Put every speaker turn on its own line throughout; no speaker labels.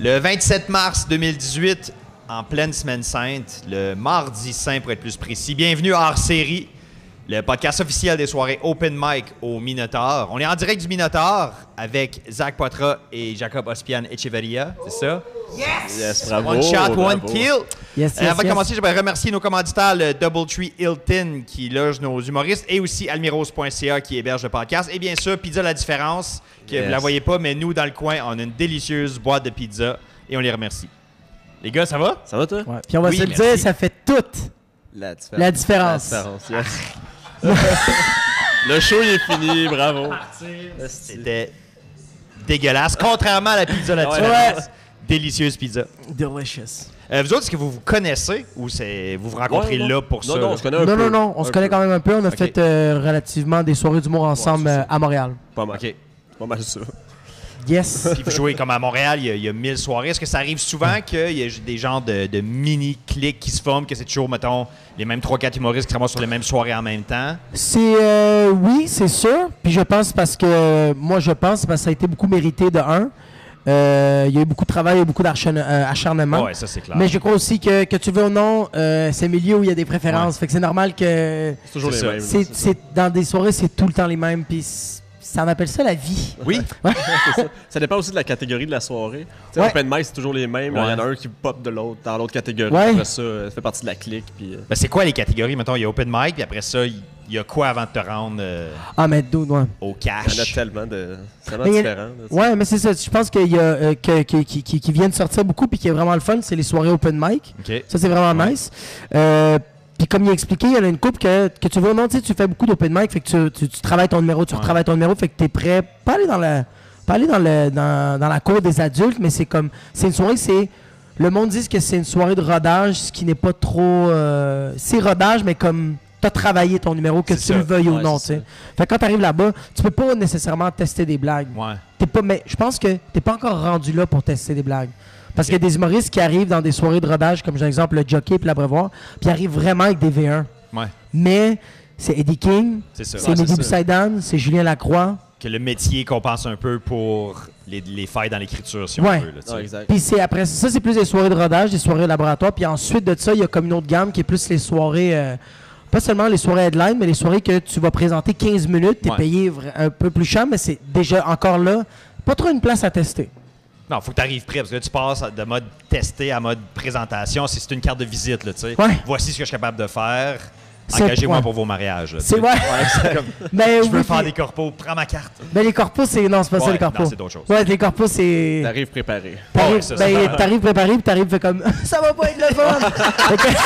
Le 27 mars 2018, en pleine semaine sainte, le mardi saint pour être plus précis. Bienvenue à hors série, le podcast officiel des soirées Open Mic au Minotaur. On est en direct du Minotaur avec Zach Poitras et Jacob Ospian Echeverria, c'est ça?
Yes, bravo,
one shot, one
bravo.
kill.
Yes,
Euh,
yes,
avant de
yes.
commencer, j'aimerais remercier nos commanditaires, le Doubletree Hilton qui loge nos humoristes et aussi almiros.ca qui héberge le podcast. Et bien sûr, Pizza La Différence, que
Yes.
vous la voyez pas, mais nous, dans le coin, on a une délicieuse boîte de pizza et on les remercie. Les gars, ça va?
Ça va, toi?
Ouais. Puis on va
Oui,
se le
merci.
dire, ça fait toute
La différence.
la différence.
yes. le show, il est fini, bravo.
C'était dégueulasse, contrairement à la pizza La
Ouais.
Différence. Délicieuse pizza.
Delicious.
Euh, vous autres, est-ce que vous vous connaissez ou c'est vous vous rencontrez
Ouais, ouais.
là pour
non,
ça? là?
Non, on se connaît un
Non,
peu.
non, non, on se
Un
connaît
peu.
quand même un peu. On a
Ok.
fait euh, relativement des soirées d'humour ensemble
Ouais, c'est ça.
euh, à Montréal.
Pas mal.
OK.
Pas mal ça.
Yes.
Puis vous jouez comme à Montréal, il y a- il y, a 1000 soirées. Est-ce que ça arrive souvent qu'il y a des genres de, de mini-clics qui se forment, que c'est toujours, mettons, les mêmes 3-4 humoristes qui se ramassent sur les mêmes soirées en même temps?
C'est euh, oui, c'est sûr. Puis je pense parce que euh, moi je pense parce que ça a été beaucoup mérité de un. Euh, il y a eu beaucoup de travail, il y a eu beaucoup d'archane- euh, acharnement.
Ouais, ça, c'est clair.
Mais je crois aussi que, que tu veux ou non, euh, c'est un milieu où il y a des préférences. Fait que c'est normal que
C'est toujours
C'est
les
ça.
mêmes. là,
c'est,
ça.
c'est- dans des soirées c'est tout le temps les mêmes. Puis c- ça en appelle ça la vie.
Oui?
Ça dépend aussi de la catégorie de la soirée. Tu sais,
Ouais.
Open mic, c'est toujours les mêmes. Il
Ouais.
y en a un qui pop de l'autre, dans l'autre catégorie.
Ouais.
Après ça, euh, ça fait partie de la clique. Puis, euh,
Ben, c'est quoi les catégories? Mettons, il y a open mic, puis après ça, il il y a quoi avant de te rendre euh,
Ah mais d'où ouais.
au
il y en a
cash?
tellement de. C'est tellement
Mais il y a-
différent. là, tu sais.
Ouais, mais c'est ça. Je pense qu'il y a euh, que- que- qui, qui- qui vient de sortir beaucoup puis qui est vraiment le fun, c'est les soirées open mic.
OK.
Ça, c'est vraiment
Ouais.
nice. Euh, puis comme il a expliqué, il y en a une coupe que, que tu veux ou non, tu sais, tu fais beaucoup d'open mic, fait que tu, tu- tu travailles ton numéro, tu
Ouais.
retravailles ton numéro, fait que t'es prêt, pas aller dans la, pas aller dans, le, dans, dans la cour des adultes, mais c'est comme, c'est une soirée, c'est, le monde dit que c'est une soirée de rodage, ce qui n'est pas trop, euh, c'est rodage, mais comme t'as travaillé ton numéro, que tu
C'est ça.
le veuilles ou
Ouais,
non, tu
c'est
sais. Fait que quand t'arrives là-bas, tu peux pas nécessairement tester des blagues
Ouais.
t'es pas, mais je pense que t'es pas encore rendu là pour tester des blagues. Parce qu'il y a des humoristes qui arrivent dans des soirées de rodage, comme par exemple le jockey puis l'abreuvoir, puis ils arrivent vraiment avec des V1.
Ouais.
Mais c'est Eddie King,
C'est ça.
c'est
Ouais, c'est
Mehdi
ça.
Poussaïdan, c'est Julien Lacroix,
Que le métier compense un peu pour les, les failles dans l'écriture, si
Ouais.
on veut. là, tu sais.
Ouais, Ah, exact.
Puis c'est après ça, c'est plus des soirées de rodage, des soirées laboratoires. Puis ensuite de ça, il y a comme une autre gamme qui est plus les soirées, euh, pas seulement les soirées headline, mais les soirées que tu vas présenter 15 minutes, t'es
Ouais.
payé vra- un peu plus cher, mais c'est déjà encore là, pas trop une place à tester.
Non, faut que tu arrives prêt, parce que là, tu passes de mode testé à mode présentation. C'est c'est une carte de visite, là, tu sais.
Ouais.
Voici ce que je suis capable de faire.
C'est-
Engagez-moi
ouais.
pour vos mariages. là, tu
C'est
sais.
vrai. mais
Je veux
oui,
faire
puis-
des corpos, prends ma carte.
Ben, les corpos, c'est. Non, c'est pas
Ouais,
ça, les corpos.
non, c'est d'autres choses.
Ouais, les corpos, c'est.
T'arrives préparé.
Ouais,
T'arrives
ça, ça,
ben,
ça.
t'arrives préparé, puis t'arrives fait comme. ça va pas être le fun! fait que-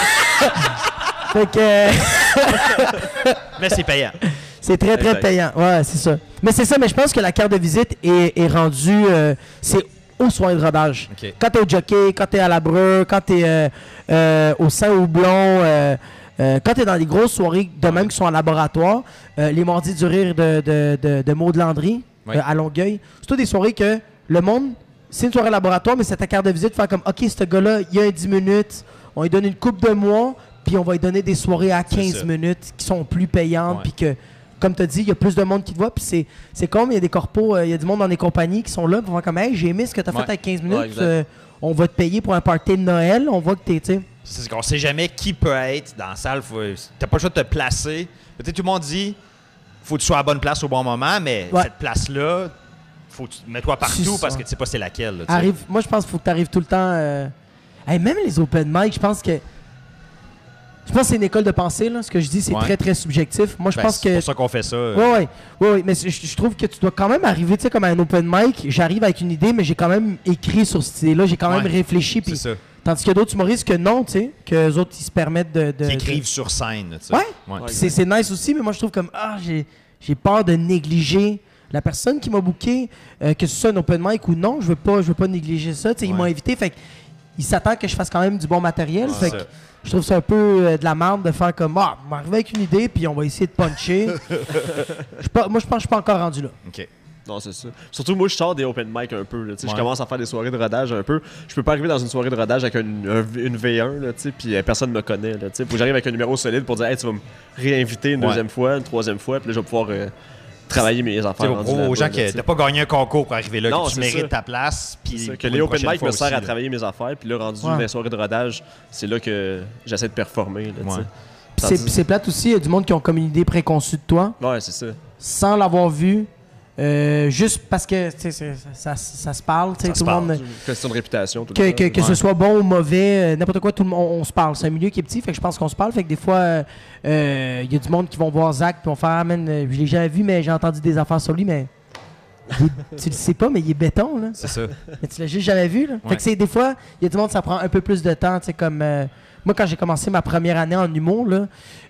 fait que. euh,
Mais c'est payant.
C'est très, très
Exact.
payant. Ouais, c'est ça. Mais c'est ça, mais je pense que la carte de visite est, est rendue. euh, c'est aux soins de rodage.
OK.
Quand t'es au jockey, quand t'es à la breu, quand t'es euh, euh, au Saint-Houblon, euh, euh, quand t'es dans des grosses soirées de même qui sont en laboratoire, euh, les mardis du rire de, de, de, de Maud Landry
Oui.
euh, à Longueuil, c'est toutes des soirées que le monde, c'est une soirée laboratoire, mais c'est ta carte de visite faire comme OK, ce gars-là, il y a un 10 minutes, on lui donne une coupe de mois, puis on va lui donner des soirées à
ça.
15 minutes qui sont plus payantes,
Ouais.
puis que, comme tu as dit, il y a plus de monde qui te voit, puis c'est, c'est comme, il y a des corpos, euh, il y a du monde dans des compagnies qui sont là pour voir comme, hey, j'ai aimé ce que tu as
Ouais.
fait à 15 minutes,
Ouais, exact.
euh, on va te payer pour un party de Noël, on voit que t'es, tu sais.
C'est qu'on sait jamais qui peut être dans la salle. Faut- T'as pas le choix de te placer. Tu sais, tout le monde dit faut que tu sois à la bonne place au bon moment, mais
Ouais.
cette place-là, faut que tu mets-toi partout parce
Tu sens.
que tu sais pas c'est laquelle. là, tu sais.
Arrive, moi, je pense qu'il faut que tu arrives tout le temps. euh, hey, même les open mic, je pense que. Je pense que c'est une école de pensée, là. Ce que je dis, c'est
Ouais.
très, très subjectif. Moi, je
Ben,
pense
c'est
que.
pour ça qu'on fait ça.
Oui, oui, oui, mais je, je trouve que tu dois quand même arriver, tu sais, comme à un open mic, j'arrive avec une idée, mais j'ai quand même écrit sur cette idée-là, j'ai quand même
Ouais.
réfléchi,
c'est
puis
ça.
tandis qu'il y a d'autres humoristes que non, tu sais, que les autres, ils se permettent de... de
Qui
de-
écrivent sur scène. là, tu sais.
Ouais.
Ouais.
Puis C'est c'est nice aussi, mais moi, je trouve comme, ah, j'ai j'ai peur de négliger la personne qui m'a booké, euh, que ce soit un open mic ou non, je veux pas, je veux pas négliger ça, tu sais, ils
Ouais.
m'ont invité, fait que ils s'attendent que je fasse quand même du bon matériel,
C'est
fait que
ça.
je trouve ça un peu euh, de la merde de faire comme, ah, on va arriver avec une idée, puis on va essayer de puncher. Je suis pas- moi, je pense que je suis pas encore rendu là.
OK.
Non, c'est ça. Surtout, moi, je sors des open mic un peu. là, tu sais,
Ouais.
Je commence à faire des soirées de rodage un peu. Je peux pas arriver dans une soirée de rodage avec une, un- une V1, là, tu sais, puis euh, personne me connaît. Là, tu sais. Faut que j'arrive avec un numéro solide pour dire, hey, tu vas me réinviter une
Ouais.
deuxième fois, une troisième fois, puis là, je vais pouvoir euh, travailler mes
C'est
affaires.
pour
rendues
prouver aux
là-bas,
gens
là,
que
tu sais.
t'as pas gagné un concours pour arriver là,
Non,
que tu
c'est
mérites
ça.
ta place. Puis
C'est ça, que
pour
les
une
open
prochaine
mic
fois
me sert
aussi,
à
là.
travailler mes affaires, puis là, rendu
Ouais.
dans les soirées de rodage, c'est là que j'essaie de performer. Là, tu sais.
Ouais.
Puis c'est- puis c'est plate aussi, il y a du monde qui ont comme une idée préconçue de toi,
Ouais, c'est ça.
sans l'avoir vu, euh, juste parce que tu sais, c'est- ça, ça- ça se parle, tu sais,
Ça
tout
se
le monde.
parle.
Question de réputation. Tout
Que,
le
que-
temps.
que ce soit bon ou mauvais, euh, n'importe quoi, tout le monde, on, on se parle. C'est un milieu qui est petit, fait que je pense qu'on se parle. Fait que des fois, euh, euh, il y a du monde qui vont voir Zach puis vont faire Ah, man, euh, je l'ai jamais vu, mais j'ai entendu des affaires sur lui, mais. il- tu le sais pas, mais il est béton, là.
C'est ça.
Mais tu l'as juste jamais vu, là. Fait
Ouais.
que c'est des fois, il y a du monde, ça prend un peu plus de temps, tu sais, comme. euh, moi, quand j'ai commencé ma première année en humour, là,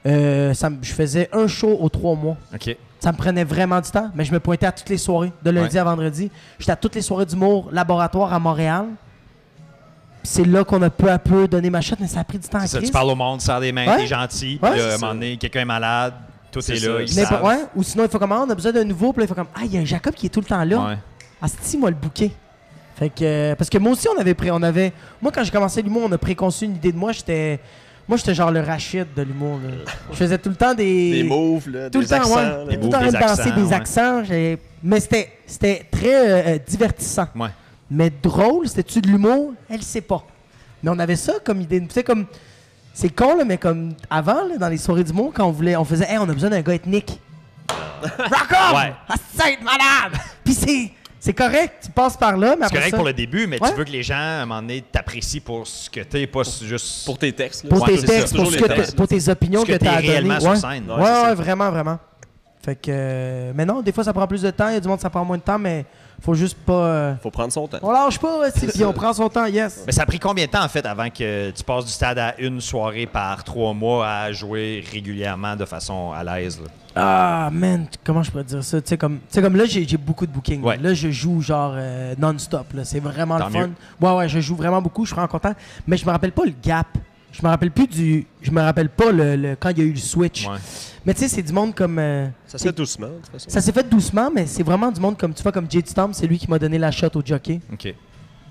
euh, ça me- je faisais un show aux trois mois.
OK.
Ça me prenait vraiment du temps, mais je me pointais à toutes les soirées, de lundi
Ouais.
à vendredi. J'étais à toutes les soirées d'humour laboratoire à Montréal. Puis C'est là qu'on a peu à peu donné ma chute, mais ça a pris du temps à
C'est ça,
crise.
tu parles au monde, serre des mains,
Ouais.
t'es gentil.
Ouais,
puis là,
c'est
à un
ça.
moment donné, quelqu'un est malade, tout est,
C'est
là,
ça.
ils
Mais
savent.
ouais, ou sinon, il faut comment on a besoin d'un nouveau, puis là, il faut comme Ah, il y a Jacob qui est tout le temps là.
Ouais.
Asti, moi, le bouquet. Fait que, euh, parce que moi aussi, on avait pré- on avait, moi, quand j'ai commencé l'humour, on a préconçu une idée de moi. J'étais, moi, j'étais genre le Rachid de l'humour. là. Je faisais tout le temps des,
Des moves, là,
tout
des
le temps,
accents.
ouais.
là.
tout le
moves,
temps en train
des
de danser
accents,
des
ouais.
accents. j'ai- Mais c'était, c'était très euh, euh, divertissant.
Ouais.
Mais drôle, c'était-tu de l'humour? Elle sait pas. Mais on avait ça comme idée. Tu sais, comme. C'est con, là, mais comme avant, là, dans les soirées du monde, quand on voulait. On faisait, hey, on a besoin d'un gars ethnique. Rock on!
Ouais.
À cette madame! Puis c'est. C'est correct, tu passes par là, mais
C'est
après
correct
ça-
pour le début, mais
Ouais.
tu veux que les gens, à un moment donné, t'apprécient pour ce que t'es, pas juste
Pour tes textes. là.
pour
Ouais,
tes
c'est ça,
textes, pour,
toujours
ce
les
que t'as-
textes, là.
pour tes opinions
ce que
que,
t'es
tu as données.
réellement sur
ouais.
scène.
Ouais,
Ouais, c'est
ouais,
ça.
vraiment, vraiment. Fait que. euh, mais non, des fois, ça prend plus de temps. Il y a du monde, ça prend moins de temps, mais faut juste pas. euh,
Faut prendre son temps.
on lâche pas, ouais, c'est- puis on prend son temps, yes.
Mais ça a pris combien de temps, en fait, avant que tu passes du stade à une soirée par trois mois à jouer régulièrement de façon à l'aise? là?
Ah, man, t- comment je pourrais dire ça? Tu sais, comme, tu sais, comme là, j'ai j'ai beaucoup de bookings.
Ouais.
Là, je joue genre euh, non-stop. là. C'est vraiment
Tant
le fun. Ouais, ouais, je joue vraiment beaucoup. Je suis vraiment content. Mais je me rappelle pas le gap. Je me rappelle plus du. Je me rappelle pas le, le- quand il y a eu le switch.
Ouais.
Mais tu sais, c'est du monde comme. euh,
Ça se fait doucement, de toute façon.
ça s'est fait doucement, mais c'est vraiment du monde comme tu vois, comme J.T. Tom, c'est lui qui m'a donné la shot au jockey.
OK.
Tu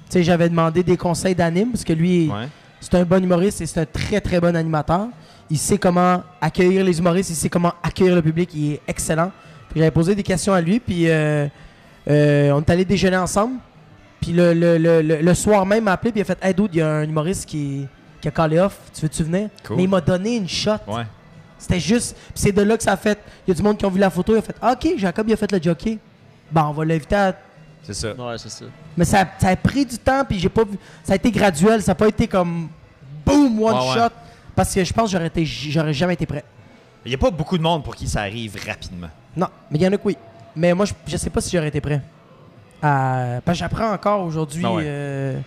sais, j'avais demandé des conseils d'anime parce que lui,
Ouais.
c'est un bon humoriste et c'est un très très bon animateur. Il sait comment accueillir les humoristes, il sait comment accueillir le public, il est excellent. Puis J'avais posé des questions à lui, puis euh, euh, on est allé déjeuner ensemble. Puis le, le- le- le- le soir même, il m'a appelé, puis il a fait Hey dude, il y a un humoriste qui, qui a callé off, tu veux-tu venir
Cool.
Mais il m'a donné une shot.
Ouais.
C'était juste. Puis c'est de là que ça a fait. Il y a du monde qui ont vu la photo, il a fait Ah, Ok, Jacob, il a fait le jockey. Ben, on va l'inviter à
C'est ça.
Ouais, c'est ça.
mais ça, ça a pris du temps, puis j'ai pas vu. Ça a été graduel, ça n'a pas été comme boum, one
Ouais, ouais.
shot. Parce que je pense que j'aurais, été, j'aurais jamais été prêt.
Il n'y a pas beaucoup de monde pour qui ça arrive rapidement.
Non, mais il y en a que oui. Mais moi, je, je sais pas si j'aurais été prêt. À- Parce que j'apprends encore aujourd'hui.
Ah ouais.
euh,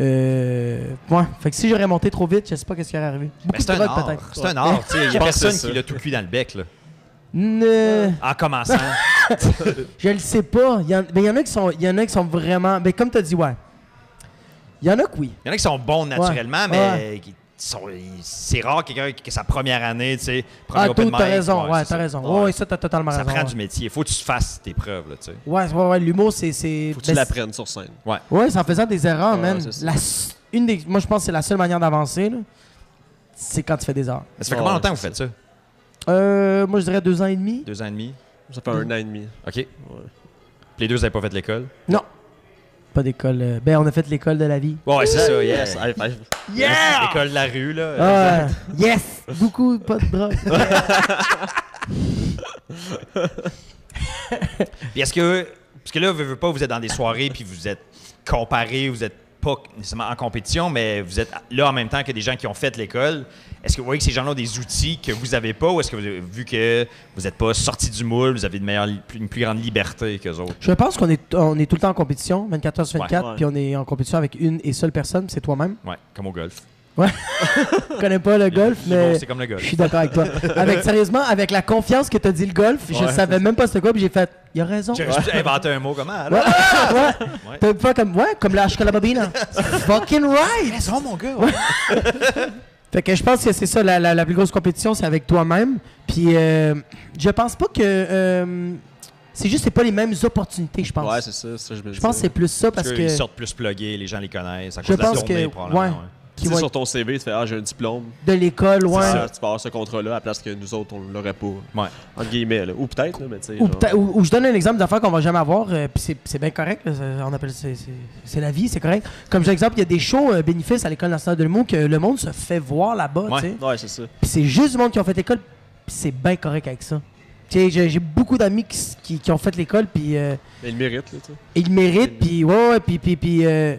euh, ouais. Fait que si j'aurais monté trop vite, je sais pas qu'est-ce qui aurait arrivé.
Mais
Beaucoup
c'est
de
un
drogue,
art.
peut-être.
C'est un art. tu sais, Il n'y
Je
a
pense que
personne
c'est
qui
ça.
l'a tout cuit dans le bec. Là.
Ne-
En commençant.
Je le sais pas. Il y en, mais il y en a qui sont, il y en a qui sont vraiment. Mais comme tu as dit, ouais. Il y en a que oui.
Il y en a qui sont bons naturellement,
Ouais.
mais qui sont- c'est rare quelqu'un qui, que sa première année, tu sais, premier
Ah,
open
tout, t'as
mic,
raison. Ouais,
c'est
t'as
ça.
raison.
Ouais.
Ouais, ça, t'as totalement
Ça
raison.
prend
ouais.
du métier. Il faut que tu fasses tes preuves. Là, tu sais.
Ouais, ouais, ouais, l'humour, c'est. c'est
Faut que
ben,
tu l'apprennes sur scène.
c'est- Ouais, c'est en faisant des erreurs,
Ouais,
man.
c'est ça.
La s- une des, moi, je pense que c'est la seule manière d'avancer, là, c'est quand tu fais des erreurs.
Mais ça fait
Ouais,
combien de temps que vous
c'est
faites ça?
Euh, moi, je dirais deux ans et demi.
Deux ans et demi?
Ça fait
Mm.
un an et demi.
OK. Puis les deux, vous n'avez pas fait l'école?
Non. Pas d'école. euh, Ben, on a fait l'école de la vie.
Ouais, c'est ça, yes.
Yes, high five.
L'école de la rue, là.
Ah, yes! Beaucoup, pas de drogue.
Puis est-ce que. Parce que là, vous, pas, vous êtes dans des soirées, puis vous êtes comparés, vous êtes pas nécessairement en compétition, mais vous êtes là en même temps que des gens qui ont fait l'école. Est-ce que vous voyez que ces gens-là ont des outils que vous avez pas, ou est-ce que vous avez vu que vous n'êtes pas sortis du moule, vous avez une, meilleure, li- une plus grande liberté qu'eux autres?
je pense qu'on est, on est tout le temps en compétition, 24 heures sur
Ouais.
24,
Ouais.
puis on est en compétition avec une et seule personne, c'est toi-même.
Ouais, comme au golf.
Je connais pas le golf,
C'est
mais.
bon, c'est comme le
Je
golf.
suis d'accord avec toi. Avec, sérieusement, avec la confiance que t'as dit le golf, je
Ouais,
savais même pas c'était quoi, puis j'ai fait, il a raison.
J'ai juste inventé un mot comment?
Ouais,
alors?
ouais.
Ouais.
T'as pas comme, ouais, comme la chocolat Fucking right!
raison, Oh mon gars!
Fait que je pense que c'est ça, la, la- la plus grosse compétition, c'est avec toi-même. Puis euh, je pense pas que. euh, c'est juste, c'est pas les mêmes opportunités, je pense.
Ouais, c'est ça, c'est ça, je me
je pense que c'est plus ça
Parce
parce
qu'ils
que.
sortent plus pluggés, les gens les connaissent. À
Je
cause de la
pense
tournée,
que-
probablement.
ouais.
Tu
qui
sais,
vont
sur
être
ton CV, tu fais Ah, j'ai un diplôme.
de l'école,
Tu
ouais.
vas avoir- tu vas avoir ce contrat-là à la place que nous autres, on l'aurait pas.
Ouais.
Entre guillemets, là. Ou peut-être, là, mais tu sais.
Ou,
genre-
euh,
peut-être- ou- ou je donne un exemple d'affaires qu'on va jamais avoir, euh, puis c'est- c'est bien correct, là, ça- on appelle c'est- c'est c'est la vie, c'est correct. Comme exemple, il y a des shows euh, bénéfices à l'école nationale de l'humour que le monde se fait voir là-bas,
Ouais.
tu sais.
Ouais, c'est ça.
Puis c'est juste du monde qui ont fait l'école, puis c'est bien correct avec ça. Tu sais, j'ai j'ai beaucoup d'amis qui, s- qui- qui ont fait l'école, puis euh,
Mais il mérite, là, tu sais.
ils le méritent, puis ouais, ouais, puis puis puis euh,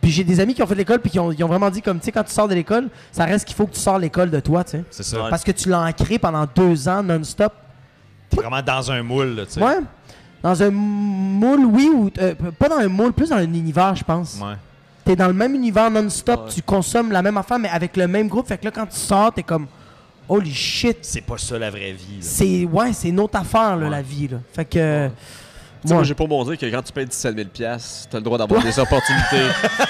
puis j'ai des amis qui ont fait l'école, puis qui ont, ils ont vraiment dit comme, tu sais, quand tu sors de l'école, ça reste qu'il faut que tu sors l'école de toi, tu sais.
C'est ça.
Ouais.
Parce que tu l'as ancré pendant deux ans non-stop.
T'es vraiment dans un moule, là, tu sais.
Ouais. Dans un moule, oui, ou euh, p- pas dans un moule, plus dans un univers, je pense.
Ouais.
T'es dans le même univers non-stop,
Ouais.
tu consommes la même affaire, mais avec le même groupe. Fait que là, quand tu sors, t'es comme, holy shit.
C'est pas ça la vraie vie. là.
C'est, ouais, c'est une autre affaire, là,
Ouais.
la vie, là. Fait que. euh,
Tu sais, moi,
ouais.
j'ai pas montré que quand tu payes 17 000 t'as le droit d'avoir des opportunités.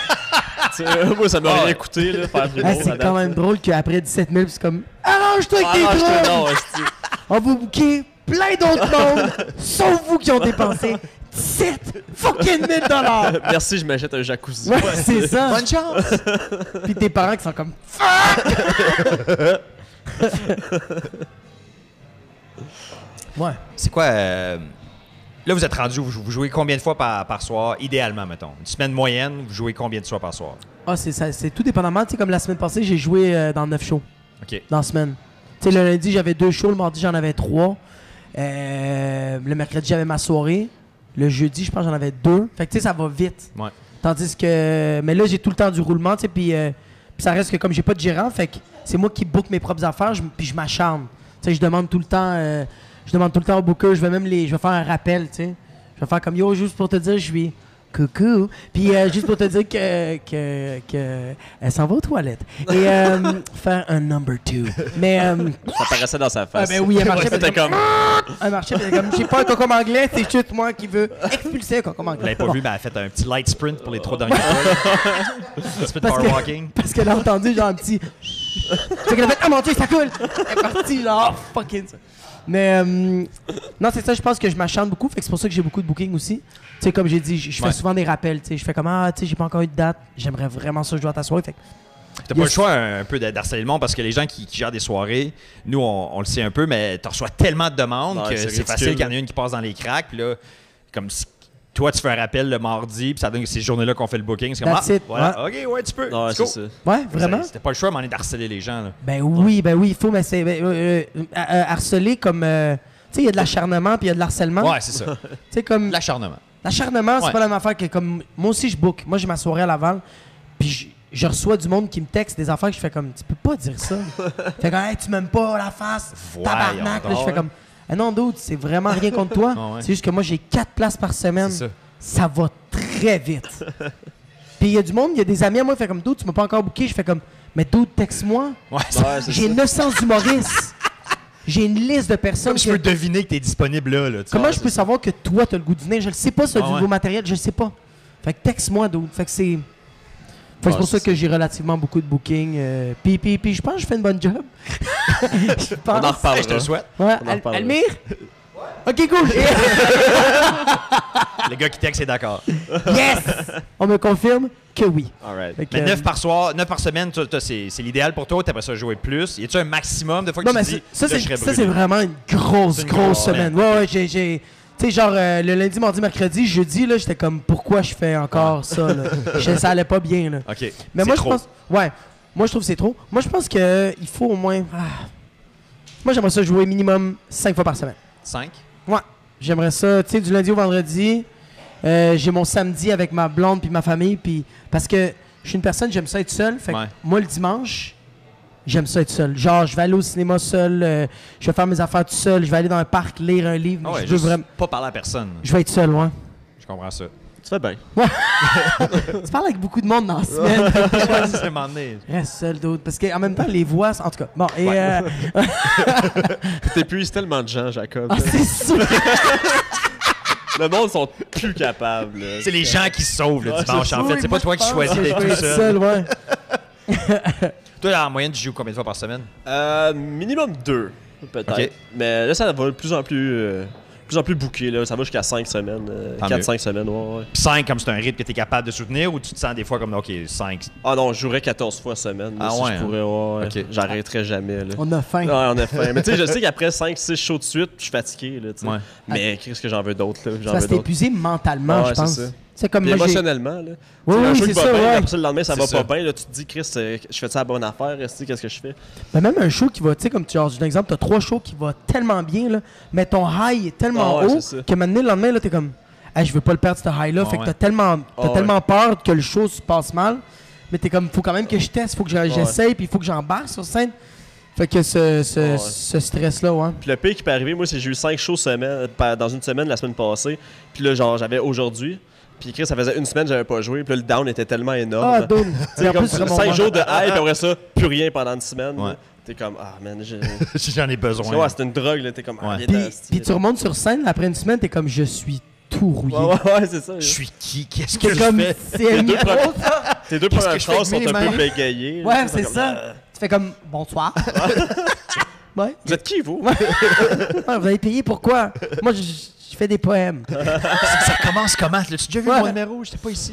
Tu sais, euh, moi, ça m'a
Ouais.
rien coûté, là, faire
Ah,
Bruno,
c'est quand même drôle qu'après 17 000, c'est comme, arrange-toi avec tes
Ah,
drôles!
non, je
On va bouquer plein d'autres mondes, sauf vous qui ont dépensé 17 fucking 1000 dollars!
te Merci, je m'achète un jacuzzi.
Ouais, c'est ça!
Bonne chance!
Puis tes parents qui sont comme Fuck! ouais.
C'est quoi. euh, là, vous êtes rendu, vous, vous jouez combien de fois par, par soir, idéalement, mettons? Une semaine moyenne, vous jouez combien de soirs par soir?
Ah, c'est ça, c'est tout dépendamment. Tu sais, comme la semaine passée, j'ai joué euh, dans 9 shows
OK.
dans la semaine. Tu sais, le lundi, j'avais deux shows, le mardi, j'en avais trois. Euh, le mercredi, j'avais ma soirée. Le jeudi, je pense, j'en avais deux. Fait que tu sais, ça va vite.
Ouais.
Tandis que. Mais là, j'ai tout le temps du roulement, tu sais, puis euh, puis ça reste que comme j'ai pas de gérant, fait que c'est moi qui book mes propres affaires, je- puis je m'acharne. Tu sais, je demande tout le temps. euh, je demande tout le temps au booker, je vais même les. Je vais faire un rappel, tu sais. Je vais faire comme yo, juste pour te dire, je suis. Coucou. Puis euh, juste pour te dire que, que, que elle s'en va aux toilettes. Et euh, faire un number two. Mais euh,
Ça paraissait dans sa
ah,
face.
ben oui, elle marchait,
C'était
mais
comme.
elle marchait, mais comme j'ai pas un cocombe anglais, c'est juste moi qui veux expulser un cocombe
Vous
anglais.
l'avez pas
Bon.
vu, mais elle a fait un petit light sprint pour les trois derniers fois. un petit peu de
Parce que-
power walking.
Parce qu'elle a entendu genre un petit. Chut. fait qu'elle a fait Ah mon dieu, ça coule Elle est partie genre oh, fucking ça. Mais euh, non, c'est ça, je pense que je m'acharne beaucoup. Fait que c'est pour ça que j'ai beaucoup de bookings aussi. Tu sais, comme j'ai dit, je je fais
Ouais.
souvent des rappels. Tu sais, je fais comme Ah, tu sais, j'ai pas encore eu de date. J'aimerais vraiment ça jouer à ta soirée. Fait que
T'as pas
Yes.
le choix un, un peu de- d'harceler le monde parce que les gens qui, qui gèrent des soirées, nous, on, on le sait un peu, mais t'en reçois tellement de demandes
Ouais,
que
c'est
c'est
ridicule.
facile qu'il y en ait une qui passe dans les cracks. Puis là, comme si toi, tu fais un rappel le mardi, puis ça donne que ces journées-là qu'on fait le booking. C'est comme,
That's
ah,
it.
voilà, OK, ouais, tu peux.
Non,
Let's
c'est
go.
ça.
ouais, vraiment.
C'était pas le choix, mais on est d'harceler les gens. là.
Ben oui, ben oui, il faut, mais c'est. ben, euh, euh, euh, harceler comme. euh, tu sais, il y a de l'acharnement puis il y a de l'harcèlement.
Ouais, c'est ça.
Tu sais, comme.
L'acharnement.
L'acharnement, c'est
Ouais.
pas la même affaire que comme. Moi aussi, je book. Moi, j'ai ma soirée à Laval. Puis je, je reçois du monde qui me texte des affaires que je fais comme. Tu peux pas dire ça. fait comme, hey, tu m'aimes pas la face.
Voyons
Tabarnak. Là, je
donc.
fais comme. Ah non, dude, c'est vraiment rien contre toi.
Ah ouais.
C'est juste que moi, j'ai quatre places par semaine.
C'est ça.
Ça va très vite. Puis il y a du monde, il y a des amis à moi qui font comme, dude, tu m'as pas encore booké. Je fais comme, mais dude, texte-moi.
Ouais, c'est-
Ouais, c'est
J'ai
ça.
900 humoristes. J'ai une liste de personnes.
Comme je
que-
peux deviner que t'es disponible là. là tu
Comment
vois,
je peux savoir que toi, t'as le goût du nez? Je le sais pas, ça,
Ah
du
ouais.
nouveau matériel, je le sais pas. Fait que texte-moi, d'autres. Fait que c'est. Fait que
Ouais,
c'est
Ah,
pour ça
c'est
que j'ai relativement beaucoup de bookings. euh, puis, puis, puis, je pense que je fais une bonne job. je
On en
pense.
Hey, je te le
reparlera.
souhaite.
Ouais,
on en
Al-
reparlera.
Almir? Ok, cool.
Le gars qui texte est d'accord.
yes! On me confirme que oui.
All right.
Fait que,
Mais
euh,
9 par soir, 9 par semaine, toi, toi, c'est c'est l'idéal pour toi. T'aimerais ça jouer plus. Y a-tu un maximum de fois que
euh, Non,
tu
mais
dis
ça,
là,
c'est-
je serais
ça, c'est
brûlé?
vraiment une grosse,
C'est une grosse
grosse semaine. Ouais, ouais, j'ai. j'ai- Tu sais, genre, euh, le lundi, mardi, mercredi, jeudi, là, j'étais comme, pourquoi je fais encore ça, là? Je- ça allait pas bien, là.
OK.
Mais
C'est
moi,
trop.
je pense. Ouais. Moi, je trouve que c'est trop. Moi, je pense que euh, il faut au moins. ah. Moi, j'aimerais ça jouer minimum 5 fois par semaine.
5?
Ouais. J'aimerais ça, tu sais, du lundi au vendredi. Euh, j'ai mon samedi avec ma blonde puis ma famille. Puis parce que je suis une personne, j'aime ça être seul. Fait que
Ouais.
moi, le dimanche, j'aime ça être seul. Genre, je vais aller au cinéma seul. euh, je vais faire mes affaires tout seul. Je vais aller dans un parc lire un livre. mais
Ah ouais,
je veux
juste
vraiment.
pas parler à personne.
Je vais être seul, ouais.
Je comprends ça.
Tu fais bien.
tu parles avec beaucoup de monde dans la semaine.
c'est un moment donné.
Reste seul, d'autres. Parce qu'en même temps, les voix. En tout cas, bon. Et.
Ouais.
euh,
T'épuises tellement de gens, Jacob.
Ah, c'est sûr!
Le monde sont plus capables. là.
C'est les gens qui se sauvent le
Ouais,
dimanche,
c'est
en
Oui,
fait. C'est
moi,
pas toi
je
qui
pense
choisis
que
d'être
je vais
tout
être
seul.
seul, ouais.
Toi, là, en moyenne, tu joues combien de fois par semaine?
Euh, minimum deux, peut-être.
Ok.
Mais là, ça va de plus en plus euh, plus en plus booké, là. Ça va jusqu'à 5 semaines.
Tant mieux.
4-5 semaines, ouais, ouais.
5 comme c'est un rythme que tu es capable de soutenir ou tu te sens des fois comme OK, 5.
Ah non, je jouerais 14 fois semaine. là,
Ah
si
ouais,
je pourrais, ouais, ouais.
Ok.
J'arrêterais jamais, là.
On a faim.
Ouais, on a faim. Mais tu sais, je sais qu'après 5-6 shows de suite, je suis fatigué, là, tu sais.
Ouais.
Mais qu'est-ce que j'en veux d'autres, là? J'en
Ça
veux
s'est
d'autres.
épuisé mentalement,
Ah ouais,
je pense.
c'est ça.
C'est comme
Puis
moi, j'ai-
émotionnellement, là. Tu
Oui,
sais,
oui,
un show
c'est
qui va
ça,
bien,
ouais.
puis après ça, le lendemain, ça
C'est
va
ça.
pas bien. Là, tu te dis, Chris, euh, je fais ça la bonne affaire, est-ce que- qu'est-ce que je fais?
Ben, même un show qui va, tu sais, comme tu as un exemple, tu as trois shows qui vont tellement bien, là, mais ton high est tellement
Ah ouais, c'est
haut
ça.
que maintenant, le lendemain, là, t'es comme, hey, je veux pas le perdre, ce high-là.
Ah
fait que
ouais.
t'as tellement,
Ah
t'as
ouais.
tellement peur que le show se passe mal, mais t'es comme, faut quand même que je teste, faut que j'a-
Ah ouais.
j'essaye, puis il faut que j'embarque sur scène. Fait que ce, ce,
Ah ouais. Ah,
ce stress-là, ouais.
Puis le pire qui peut arriver, moi, c'est que j'ai eu 5 shows semaine, par- dans une semaine la semaine passée. Puis là, genre, j'avais aujourd'hui. Puis Chris, ça faisait une semaine que j'avais pas joué. Puis là, le down était tellement énorme.
Ah, dude.
Tu sais,
En
comme
plus, vraiment,
5 jours de hype, après ça, plus rien pendant une semaine.
Ouais.
là. T'es comme, ah, man, j'ai.
J'en ai
Tu
besoin.
vois, c'est une drogue, là. T'es comme, ah,
Ouais.
il est
Puis,
dans-
puis tu remontes sur scène, après une semaine, t'es comme, je suis tout rouillé.
Ouais, ouais, ouais, c'est ça. là.
Je suis qui Qu'est-ce que
C'est
je
comme,
fais
c'est un
deux
micro,
premiers-
ça.
Tes deux
Qu'est-ce
premières
que je fais avec
phrases sont
mes
un peu
mains?
bégayées. là.
Ouais,
T'es
c'est
comme,
ça.
Ah,
Tu fais comme, bonsoir. ouais.
Vous êtes qui, vous?
Ah, vous avez payé pourquoi Moi, je, je fais des poèmes.
Ça commence comment L'as-tu déjà vu
Ouais.
mon numéro J'étais pas ici.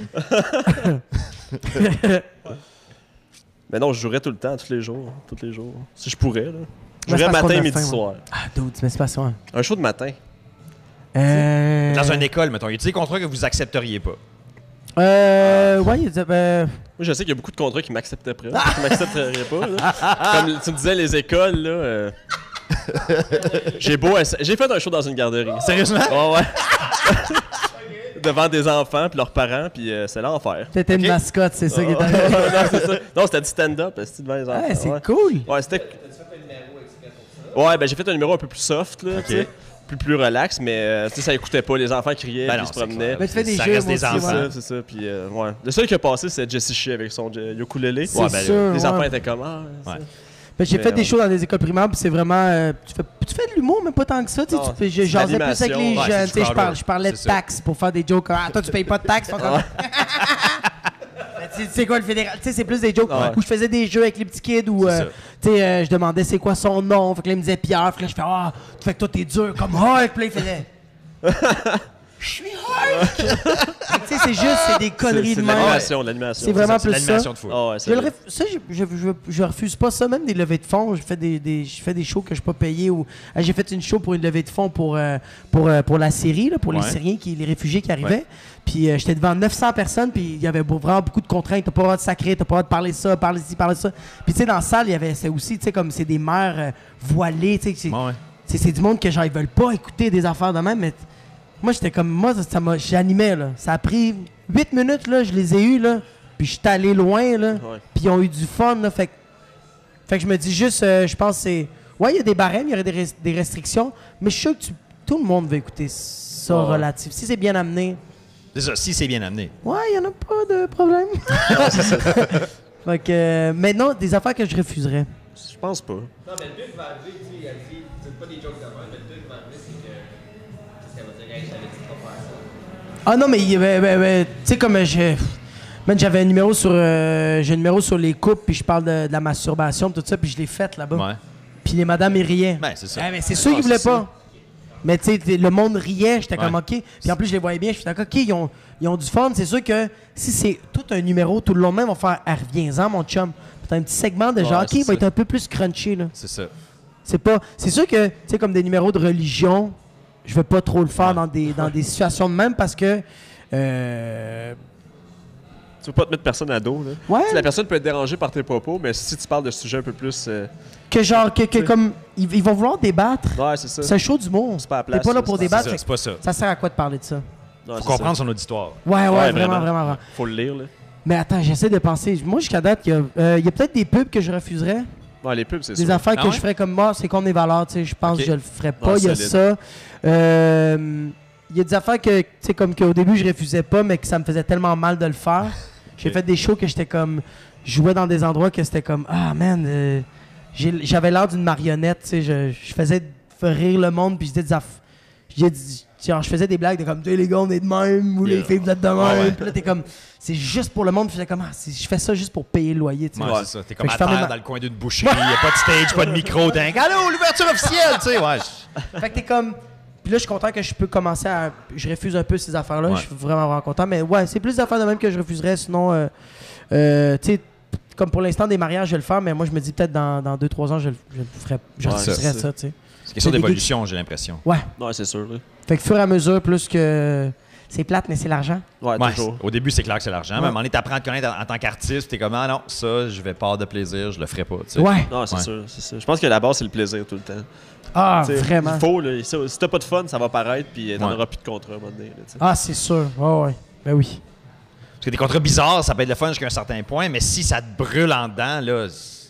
Ah,
Mais non, je jouerais tout le temps, tous les jours. Tous les jours. Si je pourrais, là. Je
c'est
jouerais
parce qu'on a
matin, midi,
faim, ouais.
soir.
Ah, dude, mais c'est pas ça. hein.
Un show de matin.
Euh...
Dans une école, mettons, il y a des contrats que vous accepteriez pas.
Euh... Ouais, il y a... euh,
Moi, je sais qu'il y a beaucoup de contrats qui m'accepteraient pas. qui m'accepteraient pas. là. Comme tu me disais, les écoles, là. euh, J'ai beau. essa- J'ai fait un show dans une garderie.
Sérieusement
Oh.
Ouais, ouais. Devant des enfants, puis leurs parents, puis euh, c'est l'enfer.
T'étais
Ok.
une mascotte, c'est ça qui est
non,
arrivé.
c'est ça. Non, c'était du stand-up, c'était devant
Ah,
les enfants.
Ouais, c'est
ouais.
cool.
Ouais, c'était. Ouais, ben j'ai fait un numéro un peu plus soft, là, tu sais, plus, plus relax, mais euh, tu sais, ça écoutait pas, les enfants criaient,
Ben non,
puis ils se
c'est
promenaient.
clair.
Mais tu fais des
Ça
jeux,
reste
moi
des
aussi,
C'est
enfants.
ouais.
ça, c'est ça, puis euh, ouais. Le seul qui a passé, c'est Jesse Shea avec son euh, ukulélé.
C'est
Ouais, ben,
sûr,
Les enfants
ouais.
étaient comme ah, ça.
Ouais.
Ben, J'ai
Mais
fait des
ouais.
shows dans des écoles primaires, puis c'est vraiment... euh, tu, fais, tu fais de l'humour, mais pas tant que ça. tu sais,
Non,
tu
c'est
fais- je
de
jasais plus avec les
l'animation.
Ouais,
jeunes.
c'est du
tu sais, je, parle,
crowdwork.
je parlais de
C'est ça.
taxes pour faire des jokes. Ah, toi, tu payes pas de taxes. Ils sont comme, Ben, tu sais- tu sais quoi le fédéral? Tu sais, c'est plus des jokes
Ouais.
où je faisais des jeux avec les petits kids où euh,
ça.
tu sais, euh, je demandais c'est quoi son nom. Fait que là, il me disait Pierre. Fait que là, je fais Ah, fait que toi, t'es dur comme Hulk. Puis là, il faisait Je suis Hulk. Fait que, tu sais, c'est juste, c'est des
C'est c'est
conneries de
de
même.
l'animation, de l'animation.
C'est vraiment
C'est
plus ça.
l'animation de fou.
Ah ouais,
Je,
c'est
le ref- ça, je, je- je- je refuse pas ça, même des levées de fonds. Je fais des, des- je fais des shows que je suis pas payé. Ou... Ah, J'ai fait une show pour une levée de fonds pour, euh, pour, euh, pour la Syrie, là, pour les
Ouais.
Syriens, qui, les réfugiés qui arrivaient.
Ouais.
Puis euh, j'étais devant 900 personnes, puis il y avait beau- vraiment beaucoup de contraintes. T'as pas le droit de sacrer, t'as pas le droit de parler ça, parler ci, parler ça. Puis tu sais, dans la salle, il y avait c'est aussi, tu sais, comme c'est des mères euh, voilées, tu sais, c'est-
Ouais, ouais.
c'est c'est du monde que genre ils veulent pas écouter des affaires de même mais t- moi j'étais comme moi ça- ça m'a j'animais là ça a pris 8 minutes là je les ai eus là puis j'étais allé loin là puis ils ont eu du fun là fait que fait que je me dis juste euh, je pense que c'est ouais il y a des barèmes il y aurait des, res- des restrictions mais je suis sûr que tu- tout le monde veut écouter ça
Ouais.
relatif si c'est bien amené
C'est ça, si c'est bien amené.
ouais il y en a pas de problème fait que euh, mais non des affaires que je refuserais
Je pense pas.
Non, mais le truc qui va arriver, tu sais, elle dit, c'est pas des jokes d'avant, mais le truc qui va arriver, c'est que. Qu'est-ce qu'elle va dire? Hey, je t'avais dit de pas faire ça.
Ah non, mais il y avait- ben, ben, tu sais, comme euh, j'ai. man, j'avais un numéro sur. euh, j'ai un numéro sur les couples, puis je parle de, de la masturbation, tout ça, puis je l'ai faite là-bas.
Ouais.
Puis les madames, ils riaient.
Ben, c'est ça.
Ah, mais c'est sûr qu'ils voulaient pas. Mais tu sais, t'es- le monde riait, j'étais comme
Ouais.
OK. Puis en plus, je les voyais bien, je suis d'accord, OK, ils ont, ils ont du fun. C'est sûr que si c'est tout un numéro, tout le long même, on va faire Ah, reviens-en, mon chum. Puis T'as un petit segment de genre,
Ouais,
OK,
c'est
il va
ça.
être un peu plus crunchy, là.
C'est ça.
C'est pas. C'est sûr que, tu sais, comme des numéros de religion, je veux pas trop le faire dans des, dans des situations de même parce que. euh,
Tu veux pas te mettre personne à dos, là.
Ouais.
Tu sais, La personne peut être dérangée par tes propos, mais si tu parles de sujets un peu plus. euh,
que genre, que, que comme. Ils, ils vont vouloir débattre.
Ouais, c'est ça.
C'est un show d'humour.
C'est pas la
T'es
place,
pas là
là,
pour
c'est pas-
C'est
débattre.
ça,
fait
c'est
que
pas ça.
Ça sert à quoi de parler de ça?
Non,
Faut
c'est ça.
comprendre son auditoire.
Ouais,
Ouais,
ouais, vraiment,
vraiment.
vraiment, vraiment.
Faut le lire, là.
Mais attends, j'essaie de penser. Moi, jusqu'à date, il y a, euh, il y a peut-être des pubs que je refuserais.
Ouais, les pubs, c'est
Des
sûr.
affaires
Ah
que
ouais?
je ferais comme moi, c'est contre mes valeurs, tu sais. Je pense
Ok.
que je le ferais pas. Il y a
solide.
ça. Euh, Il y a des affaires que, tu sais, comme qu'au début, je refusais pas, mais que ça me faisait tellement mal de le faire. J'ai
Ok.
fait des shows que j'étais comme. Je jouais dans des endroits que c'était comme. Ah, man, euh, j'ai- j'avais l'air d'une marionnette, tu sais. Je, je faisais rire le monde, puis je disais des aff- j'ai dit- genre, je faisais des blagues de comme, tu sais, les gars, on est de même, ou les
Yeah.
filles, vous êtes de même.
Ah ouais.
Puis là, t'es comme, c'est juste pour le monde. Puis j'étais comme, ah, c'est- je fais ça juste pour payer le loyer, tu sais.
Ouais, c'est ça. T'es comme
Fait
à
que je fermais
terre
ma-
dans le coin d'une boucherie. Y a pas de stage, pas de micro. T'es un gars, Allô, l'ouverture officielle, tu sais. Ouais. je-
Fait que t'es comme. Puis là, je suis content que je peux commencer à. Je refuse un peu ces affaires-là.
Ouais.
Je suis vraiment, vraiment content. Mais ouais, c'est plus d'affaires de même que je refuserais. Sinon, euh, euh, tu sais, comme pour l'instant, des mariages, je vais le faire. Mais moi, je me dis peut-être dans 2-3 ans, je, le- je le ferais, je
Ouais,
refuserais
ça.
ça, tu sais.
C'est question
des
d'évolution, j'ai l'impression.
Ouais.
Ouais, c'est sûr. là.
Fait que fur et à mesure, plus que. C'est plate, mais c'est l'argent.
Ouais,
Ouais,
toujours.
au début, c'est clair que c'est l'argent. Mais à un moment donné, t'apprends à te connaître en, en tant qu'artiste. T'es comme, ah non, ça, je vais pas avoir de plaisir, je le ferai pas. tu sais.
Ouais.
Non, c'est
Ouais.
sûr, c'est sûr. Je pense que la base, c'est le plaisir tout le temps.
Ah,
T'sais,
vraiment.
Il faut, là. Si si t'as pas de fun, ça va paraître, puis euh, t'en
Ouais.
auras plus de contrat à un moment donné. là, t'sais.
Ah, c'est sûr. Ouais, ouais. Ben oui.
Parce que des contrats bizarres, ça peut être le fun jusqu'à un certain point, mais si ça te brûle en dedans, là, c-